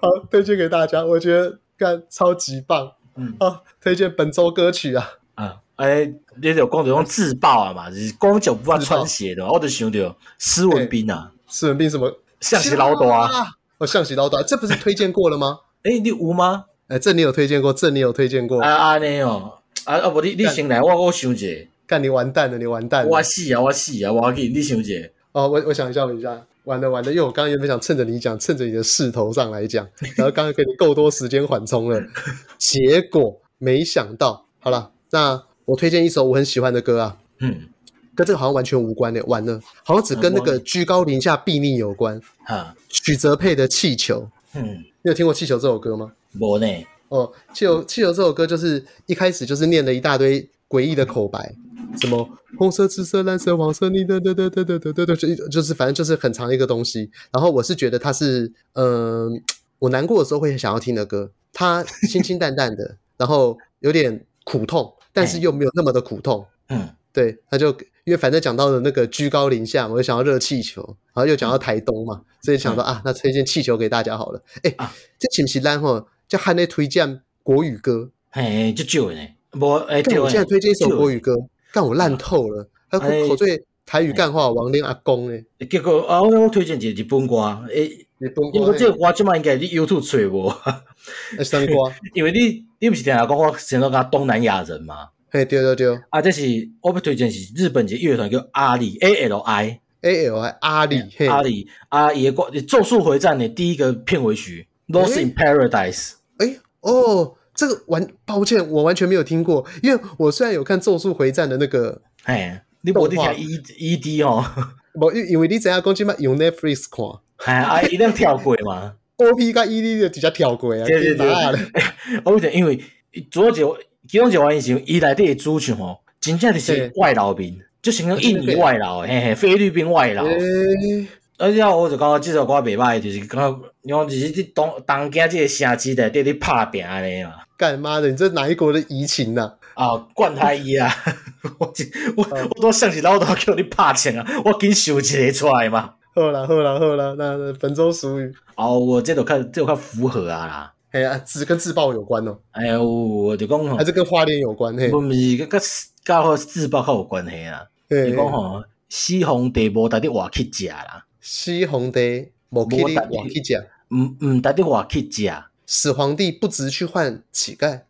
S1: 好推荐给大家，我觉得干超级棒
S2: 嗯
S1: 啊！推荐本周歌曲啊，
S2: 啊，哎，你有讲着讲自爆啊嘛，就是光脚不怕穿鞋的嘛，我就想着施文斌啊，
S1: 史文斌什么
S2: 象棋老大啊，，
S1: 哦，象棋老大，这不是推荐过了吗？
S2: 哎，你有吗？
S1: 哎，这你有推荐过，这你有推荐过
S2: 啊，啊尼哦，啊啊，无你你先来，我我想者，
S1: 干你完蛋了，你完蛋了！
S2: 我死啊我死啊，我给你想者，
S1: 哦，我我想一下，我想一下，完了完了，因为我刚刚原本想趁着你讲，趁着你的势头上来讲，然后刚刚给你够多时间缓冲了，结果没想到，好了，那我推荐一首我很喜欢的歌啊，
S2: 嗯，
S1: 跟这个好像完全无关的，完了，好像只跟那个居高临下避逆有关。
S2: 哈，
S1: 许哲佩的《气球》，
S2: 嗯，
S1: 你有听过《气球》这首歌吗？
S2: 无呢，
S1: 哦，气球气球这首歌就是一开始就是念了一大堆诡异的口白，什么红色、紫色、蓝色、黄色，你的的的的的的的的，就就是反正就是很长的一个东西。然后我是觉得它是，嗯、我难过的时候会想要听的歌，它清清淡淡的，然后有点苦痛，但是又没有那么的苦痛。
S2: 嗯，
S1: 对，他就因为反正讲到了那个居高临下嘛，我就想要热气球，然后又讲到台东嘛，所以想说啊，那推荐气球给大家好了。哎、
S2: 嗯啊
S1: 这岂不是烂吼？叫汉内推荐国语歌，
S2: 嘿，就少的呢，无哎
S1: 但
S2: 对，
S1: 我现在推荐一首
S2: 对啊
S1: 国语歌，干我烂透了，还
S2: 哎
S1: 口口对台语干话王连阿公哎，
S2: 结果啊，我我推荐一个日本歌，啊诶、
S1: 你崩
S2: 因
S1: 瓜
S2: 为这个歌即摆应该你 YouTube 找无，
S1: 哎，三瓜，
S2: 因为你你毋是定定讲我生到甲东南亚人嘛，
S1: 嘿，对对对
S2: 啊，这是我要推荐是日本一个乐团叫阿里 A L I
S1: ，A L I 阿里嘿，
S2: 阿里啊，也过《咒术回战》的第一个片尾曲《Lost in Paradise》。
S1: 哎哦，这个完，抱歉，我完全没有听过，因为我虽然有看《咒术回战》的那个，
S2: 嘿，哎你无你
S1: 动画
S2: 听 E E D 哦，
S1: 不，因因为你知影讲即摆用 Netflix 看
S2: 嘿，啊，一定跳过 嘛。
S1: ，OP 甲 ED E 就直接跳过啊，
S2: 对对对
S1: 你哪咧
S2: 我有点因为主要就其中一个原因是伊内底的主唱吼，真正就是外劳民，就形
S1: 啊
S2: 成印尼外劳的，嘿嘿，菲律宾外劳。
S1: 诶
S2: 而且我就感觉这首歌袂歹，就是感觉，你看就是这东东京这个城市内底咧拍拼咧嘛。
S1: 干妈的，你这哪一国的移情呐、
S2: 啊，管他伊啊！ 我真我
S1: 啊
S2: 我都想起老大叫你拍钱啊，我紧想一个出来嘛。
S1: 好啦好啦好啦，那那本周俗语，
S2: 哦，我这都看这都看符合啊啦。
S1: 哎呀，只跟自爆有关哦，
S2: 哎呦，我就讲吼
S1: 还，是跟花莲有关？嘿，
S2: 我毋是甲甲甲迄自爆较有关系啊。
S1: 嘿
S2: 你讲吼，西红地无值得外去食啦，
S1: 西皇帝某去
S2: 没
S1: 你
S2: 胆
S1: 瓦去讲，
S2: 毋毋值得外去食。
S1: 始皇帝不值去换乞丐，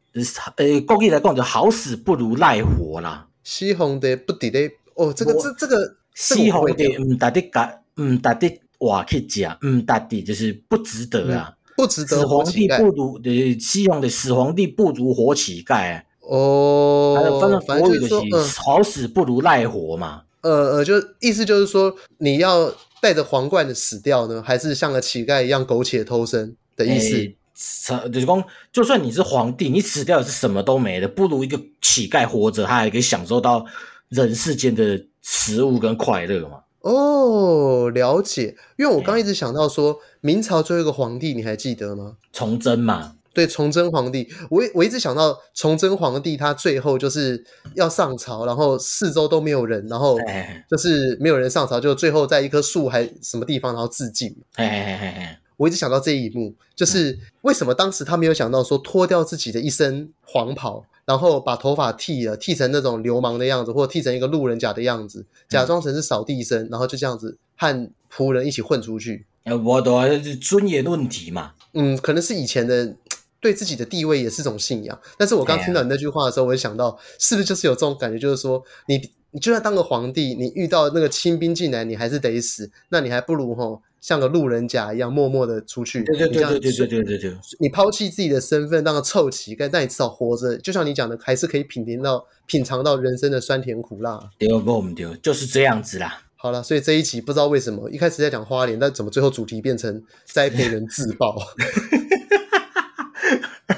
S2: 呃，国语来讲就好死不如赖活啦。
S1: 西皇帝不抵咧。哦，这个
S2: 我
S1: 这这个
S2: 西红
S1: 这个
S2: 地毋值得甲毋值得外去食，毋值得就是不值得啊。
S1: 不值
S2: 死
S1: 得活
S2: 皇
S1: 乞
S2: 帝
S1: 丐
S2: 不如呃，西洋的死皇帝不如活乞丐。啊
S1: 哦
S2: 反正，
S1: 反
S2: 反正
S1: 正
S2: 国
S1: 就是
S2: 语
S1: 说，
S2: 就
S1: 嗯
S2: 是好死不如赖活嘛。
S1: 呃呃，就意思就是说，你要带着皇冠的死掉呢，还是像个乞丐一样苟且偷生的意
S2: 哎
S1: 思？
S2: 思就是讲，就算你是皇帝，你死掉也是什么都没的，不如一个乞丐活着，他还可以享受到人世间的食物跟快乐嘛。
S1: 哦，了解。因为我刚刚一直想到说，明朝最后一个皇帝，你还记得吗？
S2: 崇祯嘛，
S1: 对，崇祯皇帝，我一我一直想到崇祯皇帝，他最后就是要上朝，然后四周都没有人，然后
S2: 哎
S1: 就是没有人上朝，就最后在一棵树还什么地方，然后自尽。
S2: 哎哎哎哎，
S1: 我一直想到这一幕，
S2: 嗯
S1: 就是为什么当时他没有想到说脱掉自己的一身黄袍，然后把头发剃了，剃成那种流氓的样子，或者剃成一个路人甲的样子，假
S2: 嗯
S1: 装成是扫地僧，然后就这样子和仆人一起混出去。
S2: 呃我懂啊，就是尊严问题嘛。
S1: 嗯，可能是以前的对自己的地位也是种信仰。但是我刚
S2: 对啊
S1: 听到你那句话的时候，我就想到，是不是就是有这种感觉，就是说你你就算当个皇帝，你遇到那个清兵进来，你还是得死，那你还不如吼像个路人甲一样默默的出去。
S2: 对对
S1: 你这
S2: 对
S1: 样
S2: 对对对对对对，
S1: 你抛弃自己的身份，当个臭乞丐，但你至少活着，就像你讲的，还是可以品尝到品尝到人生的酸甜苦辣。
S2: 对不？我们对，就是这样子啦。
S1: 好了，所以这一集不知道为什么一开始在讲花莲，但怎么最后主题变成栽培人自爆？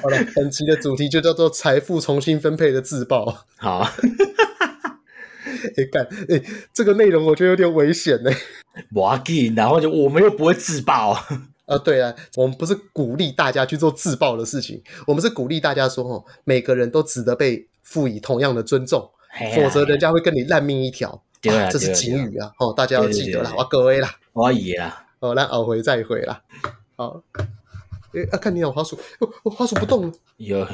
S1: 好了，本期的主题就叫做财富重新分配的自爆。
S2: 好，
S1: 哎、干，哎、这个内容我觉得有点危险呢、
S2: 我要紧，然后就我们又不会自爆。
S1: 啊，对啊，我们不是鼓励大家去做自爆的事情，我们是鼓励大家说，哦，每个人都值得被赋予同样的尊重。
S2: 嘿啊
S1: 否则人家会跟你烂命一条。
S2: 对啊
S1: 啊 这是
S2: 对啊
S1: 警语啊！哦，大家要记得啦，
S2: 对对对
S1: 哇，各位啦，
S2: 我也啦。
S1: 哦，那熬回哦再回啦。好，诶，啊，看你有滑鼠，哦，哦滑鼠不动了，
S2: 有